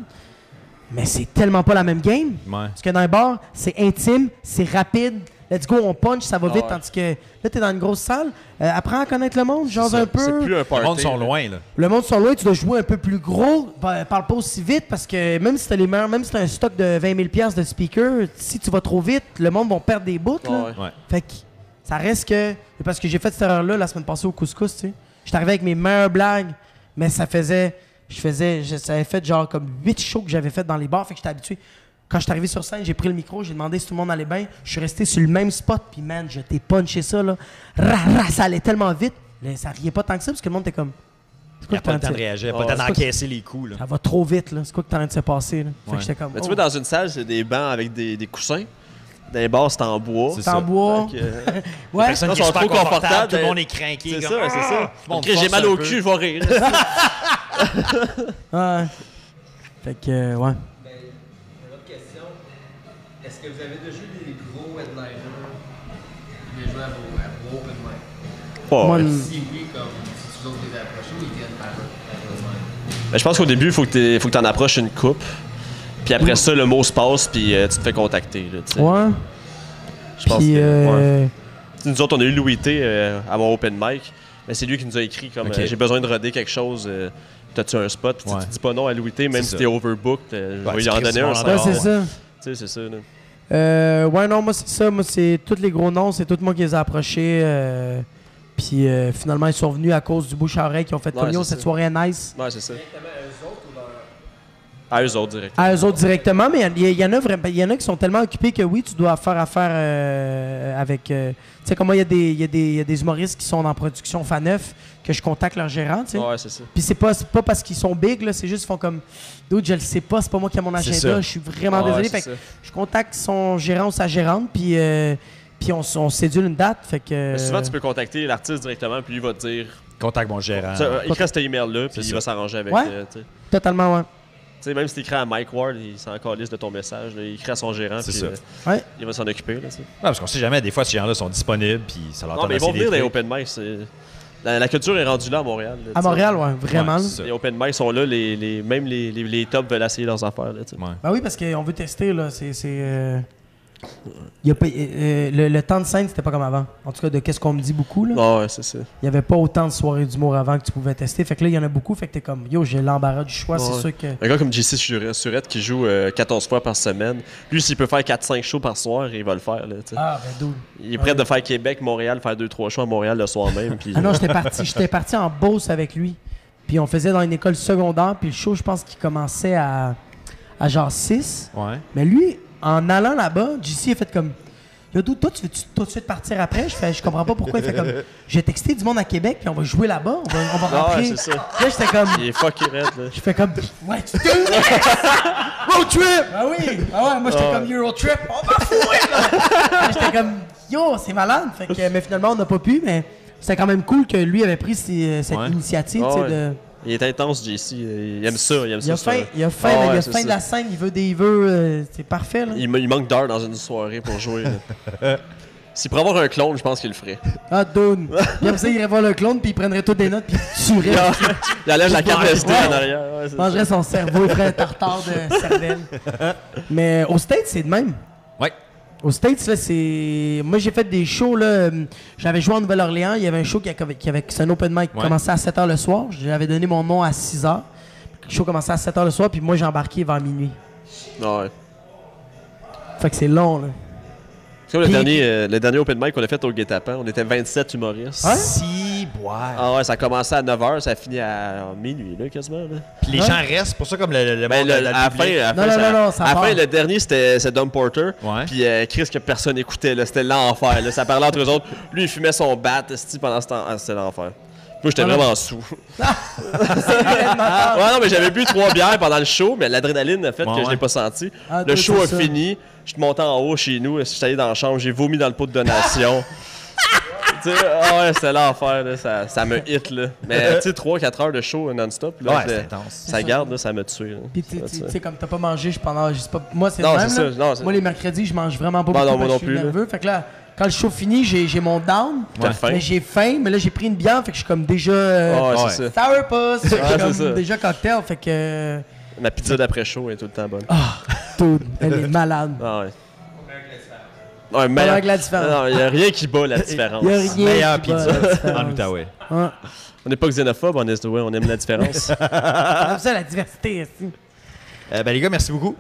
Mais c'est tellement pas la même game.
Ouais.
Parce que dans un bar, c'est intime, c'est rapide. Let's go, on punch, ça va
Ah
vite.
ouais.
Tandis que là, t'es dans une grosse salle, euh, apprends à connaître le monde, jase un peu.
C'est plus un
Les
party.
mondes sont
là.
loin, là.
Le monde sont loin, tu dois jouer un peu plus gros. Ben, parle pas aussi vite parce que même si t'as les meilleurs, même si t'as un stock de 20 000 pièces de speakers, si tu vas trop vite, le monde va perdre des bouts. là.
Ouais.
Ouais.
Fait que ça reste que. Parce que j'ai fait cette erreur-là la semaine passée au couscous, tu sais. J'étais arrivé avec mes meilleures blagues, mais ça faisait. Je faisais. je- ça avait fait genre comme 8 shows que j'avais fait dans les bars, fait que j'étais habitué. Quand je suis arrivé sur scène, j'ai pris le micro, j'ai demandé si tout le monde allait bien. Je suis resté sur le même spot, puis man, je t'ai punché ça, là. Ra, ra, ça allait tellement vite. Là, ça riait pas tant que ça, parce que le monde était comme. C'est
Il n'y
quoi
a
que Ah, t'es
pas
en
le temps
train
de
de-
réagir,
Ouais.
pas le temps d'encaisser les coups. Là.
Ça va trop vite, là. C'est quoi que t'es en train de se passer, là? Fait
Ouais.
que j'étais comme.
Mais tu
oh.
vois, dans une salle, c'est des bancs avec des, des coussins. Dans les bars, c'est en bois.
C'est
T'es en
ça.
bois.
Fait que, euh,
Ouais.
Personne
Non,
qui est
sont
super
trop
confortable,
confortables,
tout le
euh,
monde est craqué.
C'est
comme,
ça, c'est ça.
Tout le monde
Chris, J'ai
force
mal
un
au
peu.
cul, je vais rire.
Ouais. Fait que, euh, ouais.
Ben, une autre question. Est-ce que vous avez déjà eu des gros headliners qui joué à vos, à vos open mic?
Moi,
Ouais.
le-
Si oui, comme si vous autres les approchez ou ils viennent par eux?
Ben, je pense qu'au début, il faut que tu en approches une coupe. Puis après ça, le mot se passe, puis euh, tu te fais contacter. là, tu sais.
Ouais.
Je pense que,
Puis,
ouais.
euh,
Nous autres, on a eu Louis T euh, à mon open mic. Mais c'est lui qui nous a écrit comme
Ok.
euh, j'ai besoin de roder quelque chose. euh, T'as-tu un spot? Puis tu-
Ouais.
tu dis pas non à Louis T, même
C'est
si
ça.
t'es overbooked. euh,
Ouais,
je
tu
vais lui en
crises
donner
sur
un.
la
ouais,
Alors,
c'est
ouais.
ça.
Tu sais, c'est ça. là.
Euh, ouais, non, moi, c'est ça. Moi, c'est tous les gros noms, c'est tout moi qui les ai approchés. euh, puis, euh, finalement, ils sont venus à cause du bouche à oreille qui ont fait
Ouais,
comme yo,
c'est
cette
ça.
soirée est nice.
Ouais, c'est ça. À eux autres, direct.
À eux autres directement, mais il y, il y en a vraiment, il y en a qui sont tellement occupés que oui, tu dois faire affaire euh, avec. euh, tu sais, comme moi, il y, a des- il y a des- il y a des humoristes qui sont en production Fan 9 que je contacte leur gérant, tu sais.
Ouais, c'est ça.
Puis c'est pas, c'est pas parce qu'ils sont big, là, c'est juste qu'ils font comme Dude, je le sais pas, c'est pas moi qui ai mon
C'est
agenda,
ça.
je suis vraiment
Ouais,
désolé.
c'est
Fait
ça.
que je contacte son gérant ou sa gérante, puis, euh, puis on, s- on séduit une date. Fait que.
Mais
Euh.
souvent, tu peux contacter l'artiste directement, puis lui va te dire.
Contact mon gérant.
Ça, euh, Écris cet email-là,
Ah.
puis
C'est
il
ça.
va s'arranger avec.
Ouais.
euh, tu sais.
Totalement, ouais.
Tu sais, même si t'écris à Mike Ward, il s'en calisse de ton message. là, il écrit à son gérant,
C'est
puis
ça.
euh,
Ouais.
il va s'en occuper. Là, tu sais.
Ouais, parce qu'on sait jamais, des fois, ces gens-là sont disponibles, puis ça leur
non,
tente
mais ils vont
d'essayer
venir
des
dans les
trucs.
open mic. c'est- La, la culture est rendue là à Montréal. là, tu
À
sais.
Montréal, ouais, vraiment.
Ouais, c'est
Les open mic sont là, les, les- même les, les, les tops veulent essayer leurs affaires. Là, tu sais.
Ouais.
Ben oui, parce qu'on veut tester, là. C'est. c'est, euh, y a pas- euh, le, le temps de scène, c'était pas comme avant. En tout cas, de qu'est-ce qu'on me dit beaucoup, là.
Non, Ah ouais, c'est ça.
Il y avait pas autant de soirées d'humour avant que tu pouvais tester. Fait que là, il y en a beaucoup. Fait que t'es comme, yo, j'ai l'embarras du choix, c'est
Ouais.
sûr que.
Un gars comme JC Sur- Surette qui joue euh, 14 fois par semaine, lui, s'il peut faire 4-5 shows par soir, il va le faire. Là, tu sais.
Ah, ben, dude.
il est prêt de faire Québec, Montréal, faire 2-3 shows à Montréal le soir même. puis-
Ah non, j'étais parti, j'étais parti en Beauce avec lui. Puis on faisait dans une école secondaire, puis le show, je pense qu'il commençait à, à genre 6.
Ouais.
Mais lui, en allant là-bas, JC a fait comme Yo, dude, toi, tu veux-tu tout de suite partir après Je fais, je comprends pas pourquoi. Il fait comme J'ai texté du monde à Québec, puis on va jouer là-bas, on va, on va
Ah ouais,
rentrer.
c'est ça.
Là, j'étais comme
Il est fucké raide. Là.
Je fais comme Ouais, tu te. Road trip Ah oui Ah ouais, moi, j'étais comme Euro trip, Oh, on va fourrer là. J'étais comme Yo, c'est malade Fait que, Mais finalement, on n'a pas pu, mais c'était quand même cool que lui avait pris ses- cette
Ouais.
initiative, tu
Ah
sais,
ouais.
de.
Il est intense, JC. Il aime ça. Il aime
Il
ça.
a
ça.
faim, il a faim,
Ah
là, il
ouais,
a
c'est
faim de
ça.
la scène, il veut des il veut, euh, c'est parfait là.
Il, me- il manque d'heures dans une soirée pour jouer. là. S'il pourrait avoir un clone, je pense qu'il le ferait.
Ah dude. Puis après ça, il irait voir le clone, puis il prendrait toutes des notes, puis il tuerait.
Il enlève la carte
Ouais.
SD en arrière. ouais, c'est ça.
mangerait son cerveau, il ferait un tartare de cervelle. Mais au States, c'est de même.
Ouais.
Au States, là, c'est. Moi, j'ai fait des shows, là. euh, J'avais joué en Nouvelle-Orléans. Il y avait un show qui, a- qui avait. C'est un open mic qui
Ouais.
commençait à 7 h le soir. J'avais donné mon nom à 6 h. Le show commençait à 7 h le soir, puis moi, j'ai embarqué vers minuit.
Ah Ouais.
Fait que c'est long, là.
C'est comme le
Puis-
dernier, euh, le dernier open mic qu'on a fait au Guet-Apens. On était 27
Ah.
humoristes.
Hein?
Si, boire.
Ah ouais, ça a commencé à 9h, ça finit à minuit, là, quasiment. Là.
Puis les
Ouais.
gens restent, pour ça, comme le, le, le
Ben,
monde
le-
dans le
à la fin,
public.
à la
Non,
fin,
non,
ça-
non, non, ça
à la fin,
part.
le dernier, c'était c'est Dom Porter.
Ouais.
Puis euh, Chris, que personne n'écoutait, là, c'était l'enfer. là. Ça parlait entre eux autres. Lui, il fumait son bat esti, pendant ce temps. Ah, c'était l'enfer. Moi, j'étais
Ah, non.
vraiment sous.
C'est
Ah, ouais, non, mais j'avais bu trois bières pendant le show, mais l'adrénaline a fait
Ouais,
que je l'ai
ouais.
pas senti.
Ah,
le
toi,
show
c'est
a
ça.
fini. Je suis monté en haut chez nous. Je suis allé dans la chambre. J'ai vomi dans le pot de donation. tu sais, ah ouais, c'était l'enfer. là, Ça, ça me hit, là. Mais tu sais, 3-4 heures de show non-stop, là,
Ouais,
c'était-
c'est intense.
ça garde, là, ça m'a tué. là.
Puis tu
Ça,
tu-
ça.
tu sais, comme t'as pas mangé, je pendant. Je sais pas, moi, c'est
Non,
le même.
c'est
là.
ça, non, c'est-
moi, les mercredis, je mange vraiment pas
Bah, non,
beaucoup
moi
parce
non
que je
plus,
suis
là.
nerveux. Fait que là, quand le show finit, j'ai j'ai mon down.
T'as
Ouais.
faim?
Mais j'ai faim, mais là, j'ai pris une bière. Fait que je suis comme déjà. euh,
Ah, ouais,
Ouais.
c'est ça.
Sourpuss! Fait que
Ouais,
comme
c'est ça.
déjà cocktail, fait que.
Ma pizza d'après-show est tout le temps bonne.
Ah. Dude, elle est malade.
Ah ouais. Ouais, meilleur-
avec la différence.
Non, il n'y a rien qui bat la différence.
Il y a rien.
Meilleure
qui bat
pizza
la différence.
en Outaouais.
Hein?
On n'est pas xénophobe, on est ouais, on aime la différence.
C'est ça la diversité. aussi.
Euh, ben, les gars, merci beaucoup.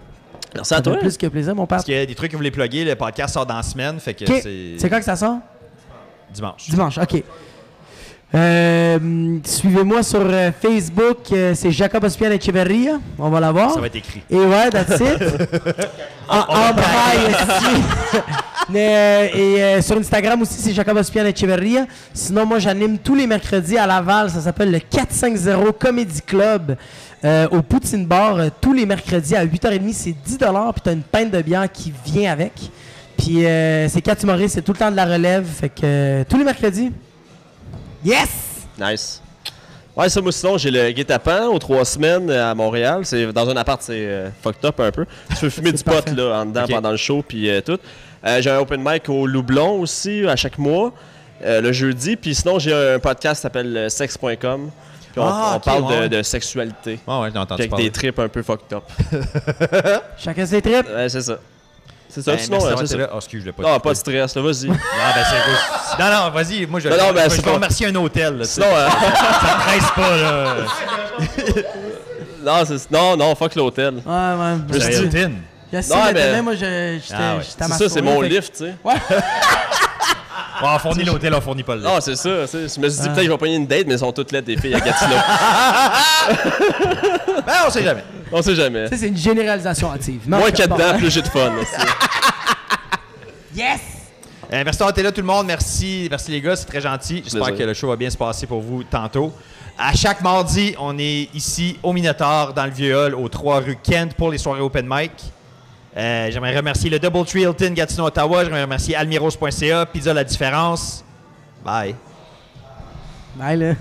Merci à
Ça
toi.
fait plus que plaisir, mon père.
Parce qu'il y a des trucs que vous voulez plugger, le podcast sort dans la semaine, fait que
Ok,
c'est
C'est quand que ça sort?
dimanche.
Dimanche, ok. Euh, Suivez-moi sur euh, Facebook, euh, c'est Jacob Ospian Echeverria. On va la voir.
Ça va être écrit.
Et ouais, that's it. en, en braille aussi. Mais, euh, et euh, sur Instagram aussi, c'est Jacob Ospian Echeverria. Sinon, moi, j'anime tous les mercredis à Laval. Ça s'appelle le 450 Comedy Club euh, au Poutine Bar. euh, tous les mercredis à 8h30, c'est 10 Puis t'as une pinte de bière qui vient avec. Puis euh, c'est quatre humoristes, c'est tout le temps de la relève. Fait que euh, tous les mercredis. Yes!
Nice. Ouais, ça, moi, sinon, j'ai le guet-apens aux trois semaines euh, à Montréal. C'est dans un appart, c'est euh, fucked up un peu. Tu peux fumer du pot,
parfait.
là, en dedans
Ok.
pendant le show, puis euh, tout. Euh, j'ai un open mic au Loublon aussi, à chaque mois, euh, le jeudi. Puis sinon, j'ai un podcast qui s'appelle euh, sex.com. Puis on,
Ah,
on
ok,
parle de-
ouais. Ah,
de, sexualité.
Ouais, ouais, j'ai
Puis
entendu
avec
parler.
des tripes un peu fucked up.
Chacun ses tripes.
Ouais, c'est ça. C'est ça.
Ben,
sinon,
merci
euh,
d'avoir
c'est
été
ça.
là. Oh, excuse, je l'ai pas
Non,
dit.
pas de stress, là, vas-y.
Ah, ben, c'est- Non, non, vas-y, moi je
Non, non, ben,
je
c'est
vais
pas-
remercier un hôtel. là, tu sais.
sinon, euh,
Ça me presse pas, là.
non, c'est- non, non, fuck l'hôtel.
Ouais, ouais.
Juste
C'est
dit-
Hilton.
Je sais,
Non,
mais
mais-
demain, moi, je- j'étais
Ah ouais.
j'étais à
C'est
ma
ça, c'est
soirée,
mon
fait que-
lift, tu sais.
Ouais, on fournit l'hôtel, on fournit pas le lit.
Non, Ah, c'est Ah. ça. tu sais. Je me suis dit, peut-être que je vais pogner une date, mais elles sont toutes là, des filles à Gatineau.
Ben, on sait jamais.
On sait jamais.
Ça, c'est une généralisation hâtive. Non,
Moins
c'est
quatre
bon.
dents, plus j'ai de fun. c'est-
Yes!
Euh, merci d'avoir été là, tout le monde. Merci, merci les gars, c'est très gentil. J'espère
Plaisir.
que le show va bien se passer pour vous tantôt. À chaque mardi, on est ici au Minotaur, dans le Vieux Hall, aux 3 rue Kent pour les soirées open mic. Euh, J'aimerais remercier le Double Tree Hilton Gatineau, Ottawa. J'aimerais remercier almiros.ca, Pizza La Différence. Bye.
Bye, là.